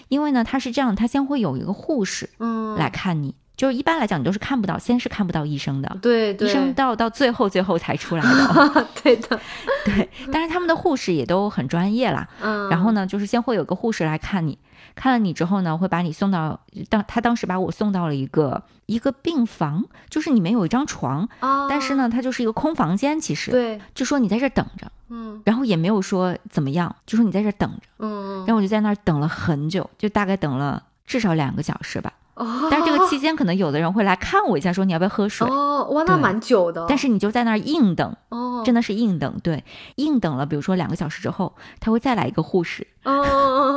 B: 因为呢，他是这样，他先会有一个护士
A: 嗯
B: 来看你，就是一般来讲你都是看不到，先是看不到医生的。
A: 对
B: 医
A: 对
B: 生到到最后最后才出来的，
A: 对的，
B: *laughs* 对，但是他们的护士也都很专业啦。
A: 嗯，
B: 然后呢，就是先会有个护士来看你，看了你之后呢，会把你送到当他当时把我送到了一个一个病房，就是里面有一张床，
A: 啊，
B: 但是呢，它就是一个空房间，其实
A: 对，
B: 就说你在这儿等着，
A: 嗯
B: 然后也没有说怎么样，就说你在这儿等着，
A: 嗯，
B: 然后我就在那儿等了很久，就大概等了至少两个小时吧。
A: 哦
B: 但是这
A: *laughs*
B: 个期间，可能有的人会来看我一下，说你要不要喝水，
A: 哦，哇，那
B: 对
A: 蛮久的，
B: 但是你就在那儿硬等，
A: 哦，
B: 真的是硬等，对，硬等了，比如说两个小时之后，他会再来一个护士，
A: 哦哦，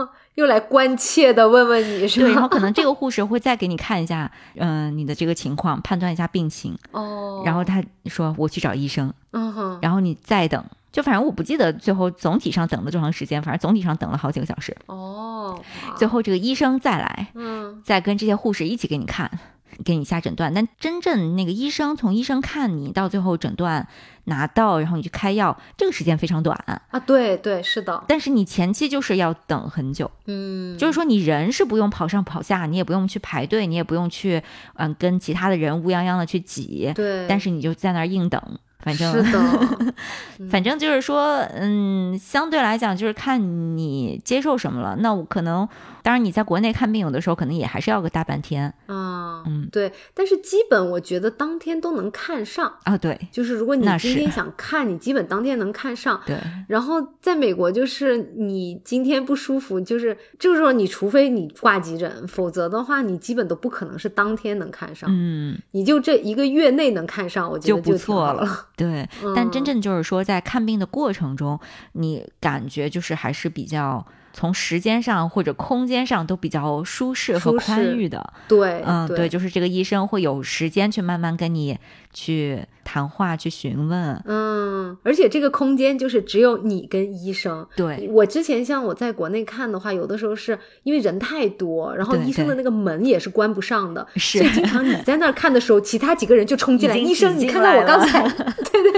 A: 哦又来关切的问问你是
B: *laughs* 对，然
A: 吧？
B: 后可
A: *laughs*
B: 能这个护士会再给你看一下，嗯、你的这个情况，判断一下病情，
A: 哦，
B: 然后他说我去找医生，
A: 嗯哼，
B: 然后你再等，就反正我不记得最后总体上等了多长时间，反正总体上等了好几个小时。
A: 哦，哇
B: 最后这个医生再来，
A: 嗯
B: 再跟这些护士一起给你看，给你下诊断。但真正那个医生从医生看你到最后诊断拿到，然后你去开药，这个时间非常短。
A: 啊，对对是的，
B: 但是你前期就是要等很久，
A: 嗯，
B: 就是说你人是不用跑上跑下，你也不用去排队，你也不用去嗯跟其他的人乌泱泱的去挤，
A: 对，
B: 但是你就在那儿硬等，反正
A: 是
B: *laughs*
A: 的，
B: 反正就是说，嗯，相对来讲就是看你接受什么了。那我可能，当然你在国内看病，有的时候可能也还是要个大半天
A: 嗯
B: 嗯
A: 对，但是基本我觉得当天都能看上。
B: 啊。对
A: 就是如果你
B: 那
A: 今
B: 是
A: 天想看，你基本当天能看上。
B: 对，
A: 然后在美国，就是你今天不舒服，就是这个时候，你除非你挂急诊，否则的话，你基本都不可能是当天能看上。
B: 嗯，
A: 你就这一个月内能看上，我觉
B: 就
A: 得
B: 不
A: 挺
B: 错
A: 好
B: 了
A: 了。
B: 对。
A: 嗯
B: 但真正就是说，在看病的过程中，你感觉就是还是比较从时间上或者空间上都比较舒适和
A: 舒适
B: 宽裕的。
A: 对，
B: 嗯，
A: 对，
B: 对，就是这个医生会有时间去慢慢跟你去谈话、去询问。
A: 嗯，而且这个空间就是只有你跟医生。
B: 对，
A: 我之前像我在国内看的话，有的时候是因为人太多，然后
B: 对
A: 医生的那个门也是关不上的，
B: 是
A: 所以经常你在那儿看的时候，其他几个人就冲进来，
B: 已经
A: 医生，
B: 挤
A: 你
B: 进
A: 看看
B: 来
A: 我刚
B: 了 *laughs*
A: 才，对对对。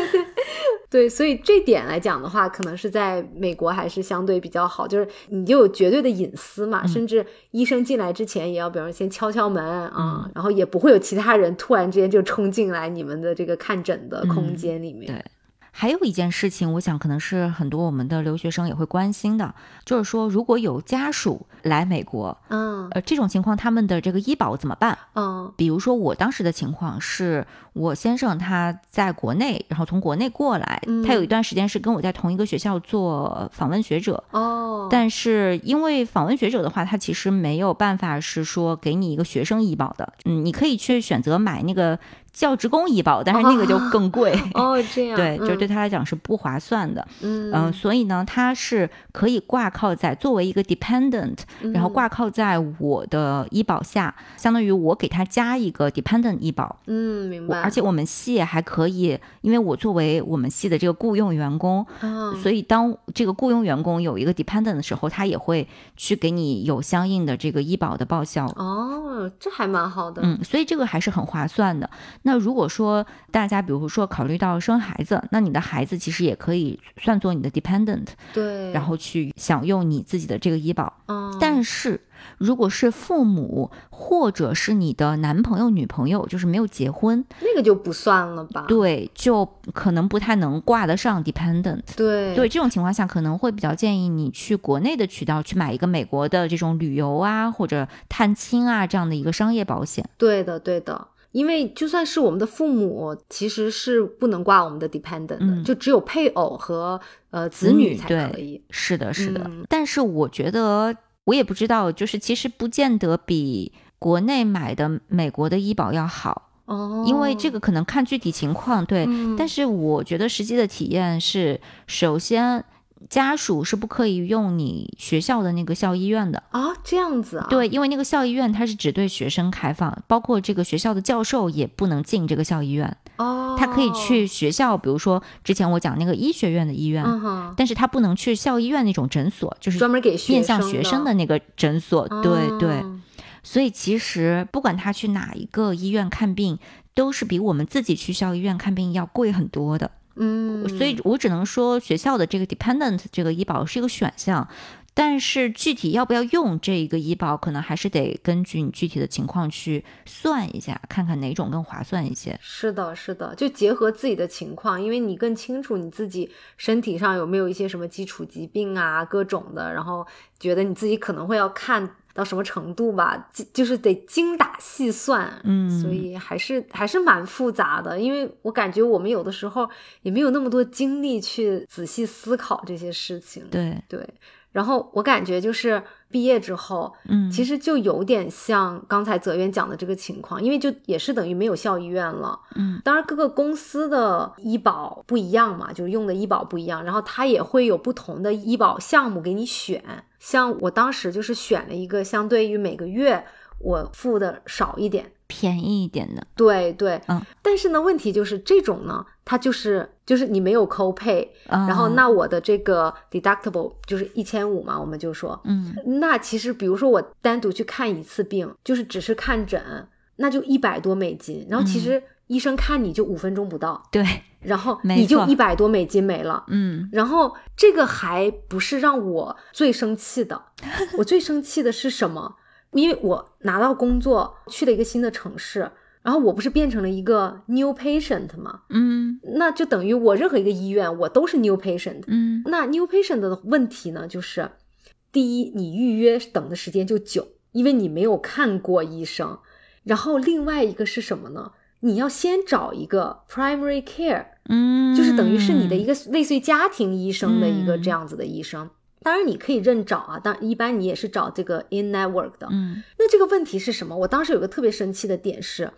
A: 对，所以这点来讲的话，可能是在美国还是相对比较好，就是你就有绝对的隐私
B: 嗯
A: 嘛，甚至医生进来之前也要，比方说先敲敲门啊，
B: 嗯
A: 然后也不会有其他人突然之间就冲进来你们的这个看诊的空
B: 嗯
A: 间里面。
B: 对还有一件事情，我想可能是很多我们的留学生也会关心的，就是说如果有家属来美国，
A: 嗯
B: 呃，这种情况他们的这个医保怎么办？
A: 嗯
B: 比如说我当时的情况是我先生他在国内，然后从国内过来，
A: 嗯
B: 他有一段时间是跟我在同一个学校做访问学者。
A: 哦，
B: 但是因为访问学者的话，他其实没有办法是说给你一个学生医保的，嗯，你可以去选择买那个教职工医保，但是那个就更贵。 *laughs*
A: 哦，这样
B: 对，就
A: 嗯
B: 对他来讲是不划算的。
A: 嗯
B: 嗯、所以呢，他是可以挂靠在作为一个 dependent，然后
A: 嗯
B: 挂靠在我的医保下，相当于我给他加一个 dependent 医保。
A: 嗯，明
B: 我
A: 白。
B: 而且我们系还可以，因为我作为我们系的这个雇佣员工，
A: 嗯，
B: 所以当这个雇佣员工有一个 dependent 的时候，他也会去给你有相应的这个医保的报销。
A: 哦，嗯，这还蛮好的。
B: 嗯，所以这个还是很划算的。那如果说大家比如说考虑到生孩子，那你的孩子其实也可以算作你的 dependent，
A: 对，
B: 然后去享用你自己的这个医保。
A: 嗯，
B: 但是如果是父母或者是你的男朋友、女朋友，就是没有结婚，
A: 那个就不算了吧？
B: 对，就可能不太能挂得上 dependent。
A: 对
B: 对这种情况下，可能会比较建议你去国内的渠道去买一个美国的这种旅游啊，或者探亲啊这样的一个商业保险。
A: 对的，对的。因为就算是我们的父母，其实是不能挂我们的 dependent 的，
B: 嗯
A: 就只有配偶和呃子
B: 子
A: 女
B: 女
A: 才
B: 对
A: 可以。
B: 是的，是的。
A: 嗯
B: 但是我觉得，我也不知道，就是其实不见得比国内买的美国的医保要好，
A: 哦，
B: 因为这个可能看具体情况。对，
A: 嗯，
B: 但是我觉得实际的体验是，首先家属是不可以用你学校的那个校医院的。
A: 啊，这样子啊，
B: 对，因为那个校医院它是只对学生开放，包括这个学校的教授也不能进这个校医院，
A: 哦，
B: 他可以去，学校，比如说之前我讲那个医学院的医院，
A: 嗯哼，
B: 但是他不能去校医院那种诊所，就是
A: 专门给学
B: 面向学
A: 生
B: 生的那个诊所。
A: 的，
B: 对对，
A: 哦
B: 所以其实不管他去哪一个医院看病，都是比我们自己去校医院看病要贵很多的。
A: 嗯，
B: 所以我只能说，学校的这个 dependent 这个医保是一个选项，但是具体要不要用这个医保，可能还是得根据你具体的情况去算一下，看看哪种更划算一些。
A: 是的，是的，就结合自己的情况，因为你更清楚你自己身体上有没有一些什么基础疾病啊，各种的，然后觉得你自己可能会要看到什么程度吧，就就是得精打细算，
B: 嗯
A: 所以还是还是蛮复杂的，因为我感觉我们有的时候也没有那么多精力去仔细思考这些事情，
B: 对，
A: 对，然后我感觉就是毕业之后，
B: 嗯，
A: 其实就有点像刚才泽源讲的这个情况，因为就也是等于没有校医院了。
B: 嗯，
A: 当然各个公司的医保不一样嘛，就是用的医保不一样，然后它也会有不同的医保项目给你选。像我当时就是选了一个相对于每个月我付的少一点。
B: 便宜一点的，
A: 对对，
B: 嗯
A: 但是呢，问题就是这种呢，它就是就是你没有 copay，
B: 啊
A: 然后那我的这个 deductible 就是一千五嘛，我们就说，
B: 嗯
A: 那其实，比如说我单独去看一次病，就是只是看诊，那就一百多美金。然后
B: 嗯
A: 其实医生看你就五分钟不到，
B: 对，
A: 然后
B: 没
A: 你就
B: 错
A: 一百多美金没了。
B: 嗯
A: 然后这个还不是让我最生气
B: *laughs*
A: 的，我最生气的是什么？因为我拿到工作，去了一个新的城市，然后我不是变成了一个 new patient 吗？
B: 嗯
A: 那就等于我任何一个医院，我都是 new patient。
B: 嗯
A: 那 new patient 的问题呢，就是第一，你预约等的时间就久，因为你没有看过医生。然后另外一个是什么呢？你要先找一个 primary care，
B: 嗯，
A: 就是等于是你的一个类似于家庭医生的一个
B: 嗯
A: 这样子的医生。当然你可以认找啊，但一般你也是找这个 in network 的。
B: 嗯
A: 那这个问题是什么？我当时有个特别生气的点是，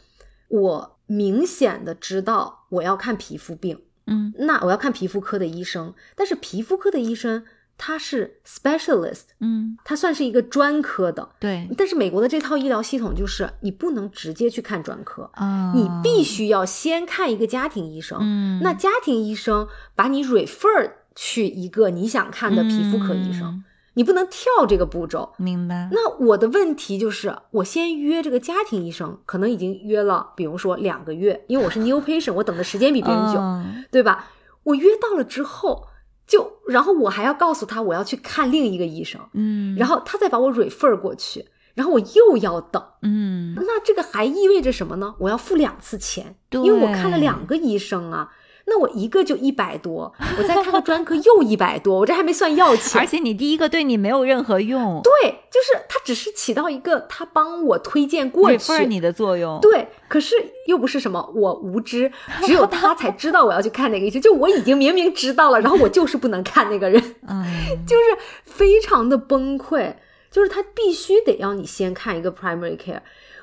A: 我明显的知道我要看皮肤病，
B: 嗯
A: 那我要看皮肤科的医生，但是皮肤科的医生他是 specialist，
B: 嗯，
A: 他算是一个专科的。
B: 对
A: 但是美国的这套医疗系统就是你不能直接去看专科，
B: 啊，
A: 你必须要先看一个家庭医生。
B: 嗯
A: 那家庭医生把你 refer 去一个你想看的皮肤科医生，
B: 嗯
A: 你不能跳这个步骤。
B: 明白，
A: 那我的问题就是，我先约这个家庭医生，可能已经约了，比如说两个月，因为我是 new patient，我等的时间比别人久。
B: 嗯
A: 对吧？我约到了之后，就然后我还要告诉他我要去看另一个医生，
B: 嗯，
A: 然
B: 后
A: 后他再把我 refer 过去，然后我又要等。
B: 嗯
A: 那这个还意味着什么呢？我要付两次钱，
B: 对
A: 因为我看了两个医生啊。那我一个就一百多，我再看个专
B: *laughs*
A: 科又一百多，我这还没算药钱
B: 而。且你第一个对你没有任何用，
A: 对，就是他只是起到一个他帮我推荐过
B: refer
A: 去，
B: 你的作用，
A: 对，可是又不是什么我无知，只有他才知道我要去看哪个医生。就我已经明明知道了，然后我就是不能看那个人，
B: 嗯，
A: 就是非常的崩溃。就是他必须得要你先看一个 primary care，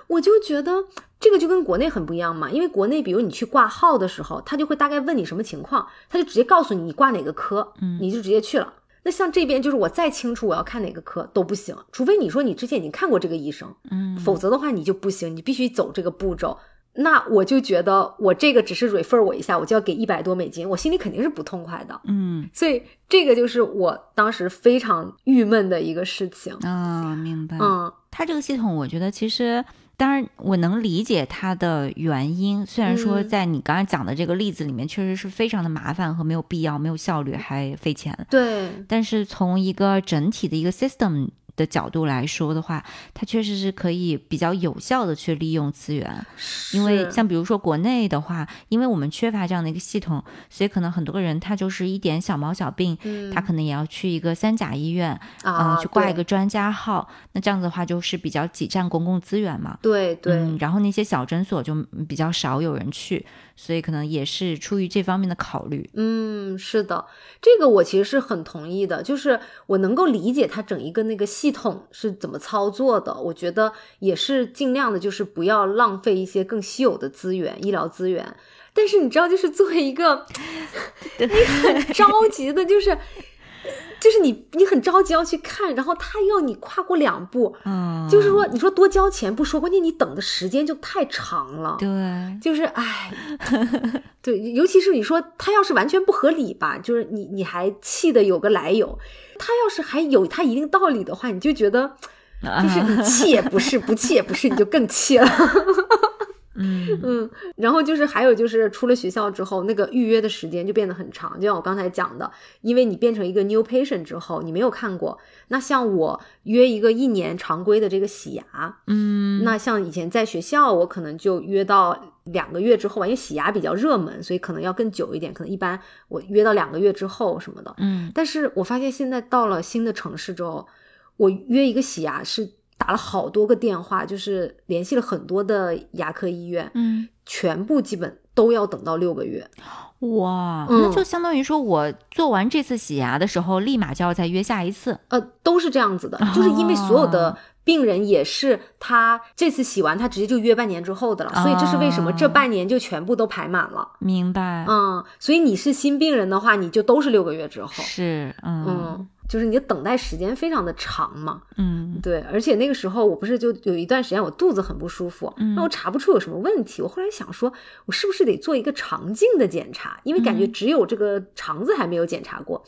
A: 我就觉得这个就跟国内很不一样嘛，因为国内比如你去挂号的时候，他就会大概问你什么情况，他就直接告诉你你挂哪个科，你就直接去了。那像这边就是我再清楚我要看哪个科都不行，除非你说你之前已经看过这个医生，
B: 嗯
A: 否则的话你就不行，你必须走这个步骤。那我就觉得我这个只是 refer 我一下，我就要给一百多美金，我心里肯定是不痛快的。
B: 嗯
A: 所以这个就是我当时非常郁闷的一个事情。
B: 啊，明白。
A: 嗯
B: 它这个系统，我觉得其实当然，我能理解它的原因。虽然
A: 嗯
B: 说在你刚才讲的这个例子里面，确实是非常的麻烦和没有必要、没有效率，还费钱。
A: 对，
B: 但是从一个整体的一个 system 的角度来说的话，它确实是可以比较有效的去利用资源。因为
A: 是
B: 像比如说国内的话，因为我们缺乏这样的一个系统，所以可能很多人他就是一点小毛小病，
A: 嗯
B: 他可能也要去一个三甲医院，
A: 啊，
B: 嗯，去挂
A: 对
B: 一个专家号。那这样子的话，就是比较挤占公共资源嘛。
A: 对对、
B: 嗯，然后那些小诊所就嗯比较少有人去，所以可能也是出于这方面的考虑。
A: 嗯，是的，这个我其实是很同意的，就是我能够理解它整一个那个系统是怎么操作的。我觉得也是尽量的，就是不要浪费一些更稀有的资源，医疗资源。但是你知道，就是作为一
B: *laughs*
A: 个你很着急的，就是就是你你很着急要去看，然后他要你跨过两步，
B: 嗯，
A: 啊就是说你说多交钱不说，关键你等的时间就太长了。
B: 对，
A: 就是唉， *laughs* 对，尤其是你说他要是完全不合理吧，就是你你还气的有个来由，他要是还有他一定道理的话，你就觉得就是你气也不是，不气也不是，你就更气了。 *laughs*
B: 嗯
A: 嗯，然后就是还有就是出了学校之后，那个预约的时间就变得很长，就像我刚才讲的，因为你变成一个 new patient 之后，你没有看过。那像我约一个一年常规的这个洗牙，
B: 嗯，
A: 那像以前在学校，我可能就约到两个月之后吧，因为洗牙比较热门，所以可能要更久一点。可能一般我约到两个月之后什么的。
B: 嗯
A: 但是我发现现在到了新的城市之后，我约一个洗牙是打了好多个电话，就是联系了很多的牙科医院，
B: 嗯，
A: 全部基本都要等到六个月。
B: 哇，
A: 嗯
B: 那就相当于说我做完这次洗牙的时候，立马就要再约下一次。
A: 呃，都是这样子的，就是因为所有的
B: 哦
A: 病人也是他这次洗完，他直接就约半年之后的了，所以这是为什么这
B: 哦
A: 半年就全部都排满了。
B: 明白，
A: 嗯，所以你是新病人的话，你就都是六个月之后。
B: 是，嗯
A: 嗯，就是你的等待时间非常的长嘛。
B: 嗯
A: 对，而且那个时候我不是就有一段时间我肚子很不舒服，
B: 嗯
A: 那我查不出有什么问题。我后来想说，我是不是得做一个肠镜的检查？因为感觉
B: 嗯
A: 只有这个肠子还没有检查过。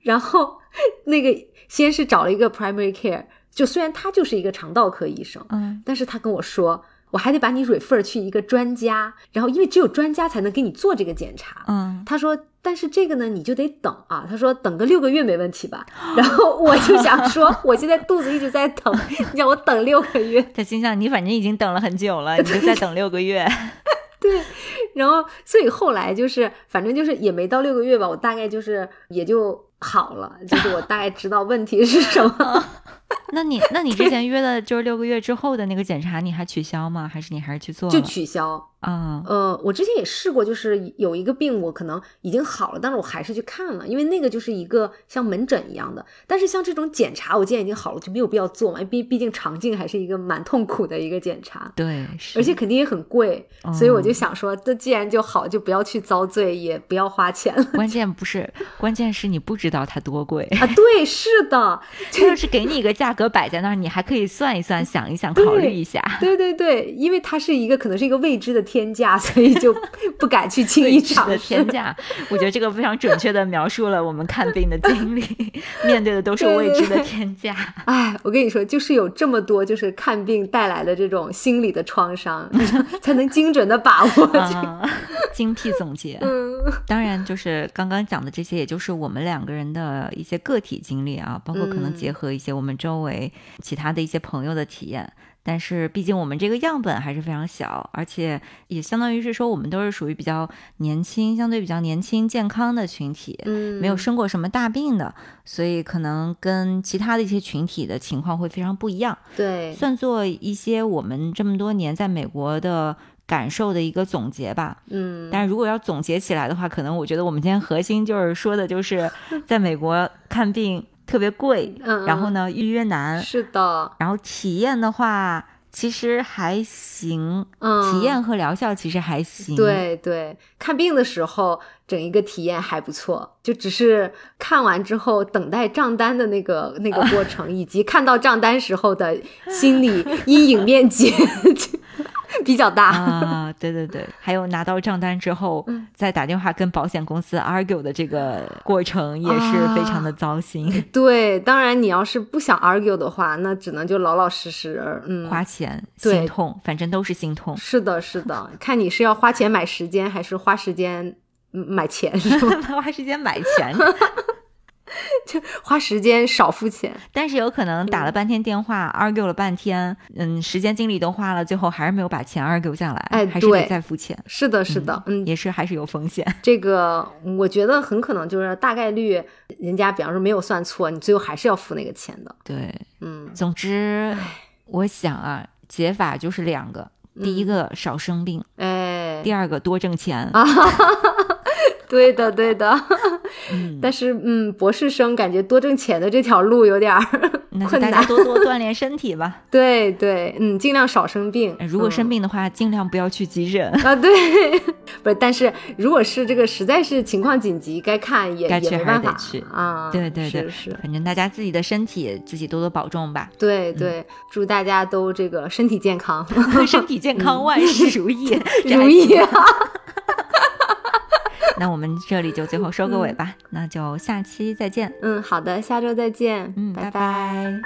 A: 然后那个先是找了一个 primary care，就虽然他就是一个肠道科医生，
B: 嗯，
A: 但是他跟我说，我还得把你 refer 去一个专家，然后因为只有专家才能给你做这个检查。
B: 嗯，
A: 他说，但是这个呢，你就得等啊。他说等个六个月没问题吧。然后我就想说，我现在肚子一直在疼，你让我等六个月。 *laughs*
B: 他心想你反正已经等了很久了，你就再等六个月。 *laughs*
A: 然后，所以后来就是，反正就是也没到六个月吧，我大概就是也就好了，就是我大概知道问题是什么。
B: 那你那你之前约的就是六个月之后的那个检查，你还取消吗？还是你还是去做
A: 就
B: 了
A: 取消，
B: 啊？
A: 呃，我之前也试过，就是有一个病我可能已经好了，但是我还是去看了，因为那个就是一个像门诊一样的。但是像这种检查，我既然已经好了，就没有必要做嘛，毕毕竟肠镜还是一个蛮痛苦的一个检查，
B: 对，是
A: 而且肯定也很贵，
B: 嗯
A: 所以我就想说，那既然就好，就不要去遭罪，也不要花钱了 *laughs*
B: 关键不是，关键是你不知道它多贵，
A: 啊。对，是的，
B: 它要是给你一个价格摆在那儿，你还可以算一算、想一想、考虑
A: 对
B: 一下。
A: 对对对，因为它是一个可能是一个未知的天价，所以就不敢去轻易
B: 未知
A: 尝
B: 的
A: 试
B: 天。价，我觉得这个非常准确的描述了我们看病的经历， *laughs* 面对的都是
A: 对
B: 未
A: 对
B: 知的
A: 对 *laughs*
B: 天价。
A: 哎，我跟你说，就是有这么多，就是看病带来的这种心理的创伤， *laughs* 才能精准的把握这个。
B: 啊， *laughs* 精辟总结。
A: 嗯
B: 当然，就是刚刚讲的这些，也就是我们两个人的一些个体经历啊，包括可能
A: 嗯
B: 结合一些我们周围其他的一些朋友的体验。但是，毕竟我们这个样本还是非常小，而且也相当于是说，我们都是属于比较年轻，相对比较年轻健康的群体，
A: 嗯，
B: 没有生过什么大病的，所以可能跟其他的一些群体的情况会非常不一样。
A: 嗯对，
B: 算作一些我们这么多年在美国的感受的一个总结吧。
A: 嗯，
B: 但如果要总结起来的话，可能我觉得我们今天核心就是说的，就是
A: *laughs*
B: 在美国看病特别贵，
A: 嗯
B: 然后呢预约难，
A: 是的，
B: 然后体验的话其实还行，
A: 嗯，
B: 体验和疗效其实还行。，
A: 对对，看病的时候整一个体验还不错，就只是看完之后等待账单的那个那个过程，以及看到账单时候的心理阴影面积，比较大。
B: 啊，对对对，还有拿到账单之后，
A: 嗯
B: 再打电话跟保险公司 argue 的这个过程也是非常的糟
A: *laughs*
B: 心，
A: 啊对，当然你要是不想 argue 的话，那只能就老老实实，嗯，
B: 花钱
A: 对
B: 心痛，反正都是心痛。
A: 是的，是的，看你是要花钱买时间，还是花时间嗯买钱，是吧
B: *laughs*
A: *laughs*
B: 花时间买钱，
A: 花时间少付钱。
B: 但是有可能
A: 嗯
B: 打了半天电话、a r g u e 了半天，嗯，时间精力都花了，最后还是没有把钱 argue 下来，
A: 哎
B: 还是得
A: 对
B: 再付钱，
A: 是的，是的，嗯，
B: 也是还是有
A: *laughs*
B: 风险。
A: 这个我觉得很可能就是大概率，人家比方说没有算错，你最后还是要付那个钱的。
B: 对，
A: 嗯，
B: 总之，我想啊，解法就是两个。
A: 嗯
B: 第一个少生病，
A: 哎，
B: 第二个多挣钱。
A: 啊对的，对的。 *laughs* 但是，嗯，博士生感觉多挣钱的这条路有点儿 *laughs*
B: 那就
A: 困
B: 大家
A: 难。
B: 多多锻炼身
A: *laughs*
B: 体吧。
A: 对对，嗯，尽量少生病。
B: 呃如果
A: 嗯
B: 生病的话，尽量不要去急
A: *laughs*
B: 诊，
A: 啊，对，不是，但是如果是这个实在是情况紧急，该看也
B: 该
A: 也
B: 去
A: 没
B: 还
A: 办
B: 是得
A: 法
B: 去
A: 啊。
B: 对对
A: 是
B: 对
A: 是，
B: 反正大家自己的身体自己多多保
A: *laughs*
B: 重吧，
A: 对对，祝大家都这个身体健康，
B: 身体健康，万事如意， *laughs*
A: *laughs*
B: 这还
A: 嗯如意。啊
B: 那我们这里就最后
A: 嗯
B: 收个尾吧，那就下期再见。
A: 嗯，好的，下周再见，
B: 嗯，拜
A: 拜
B: 拜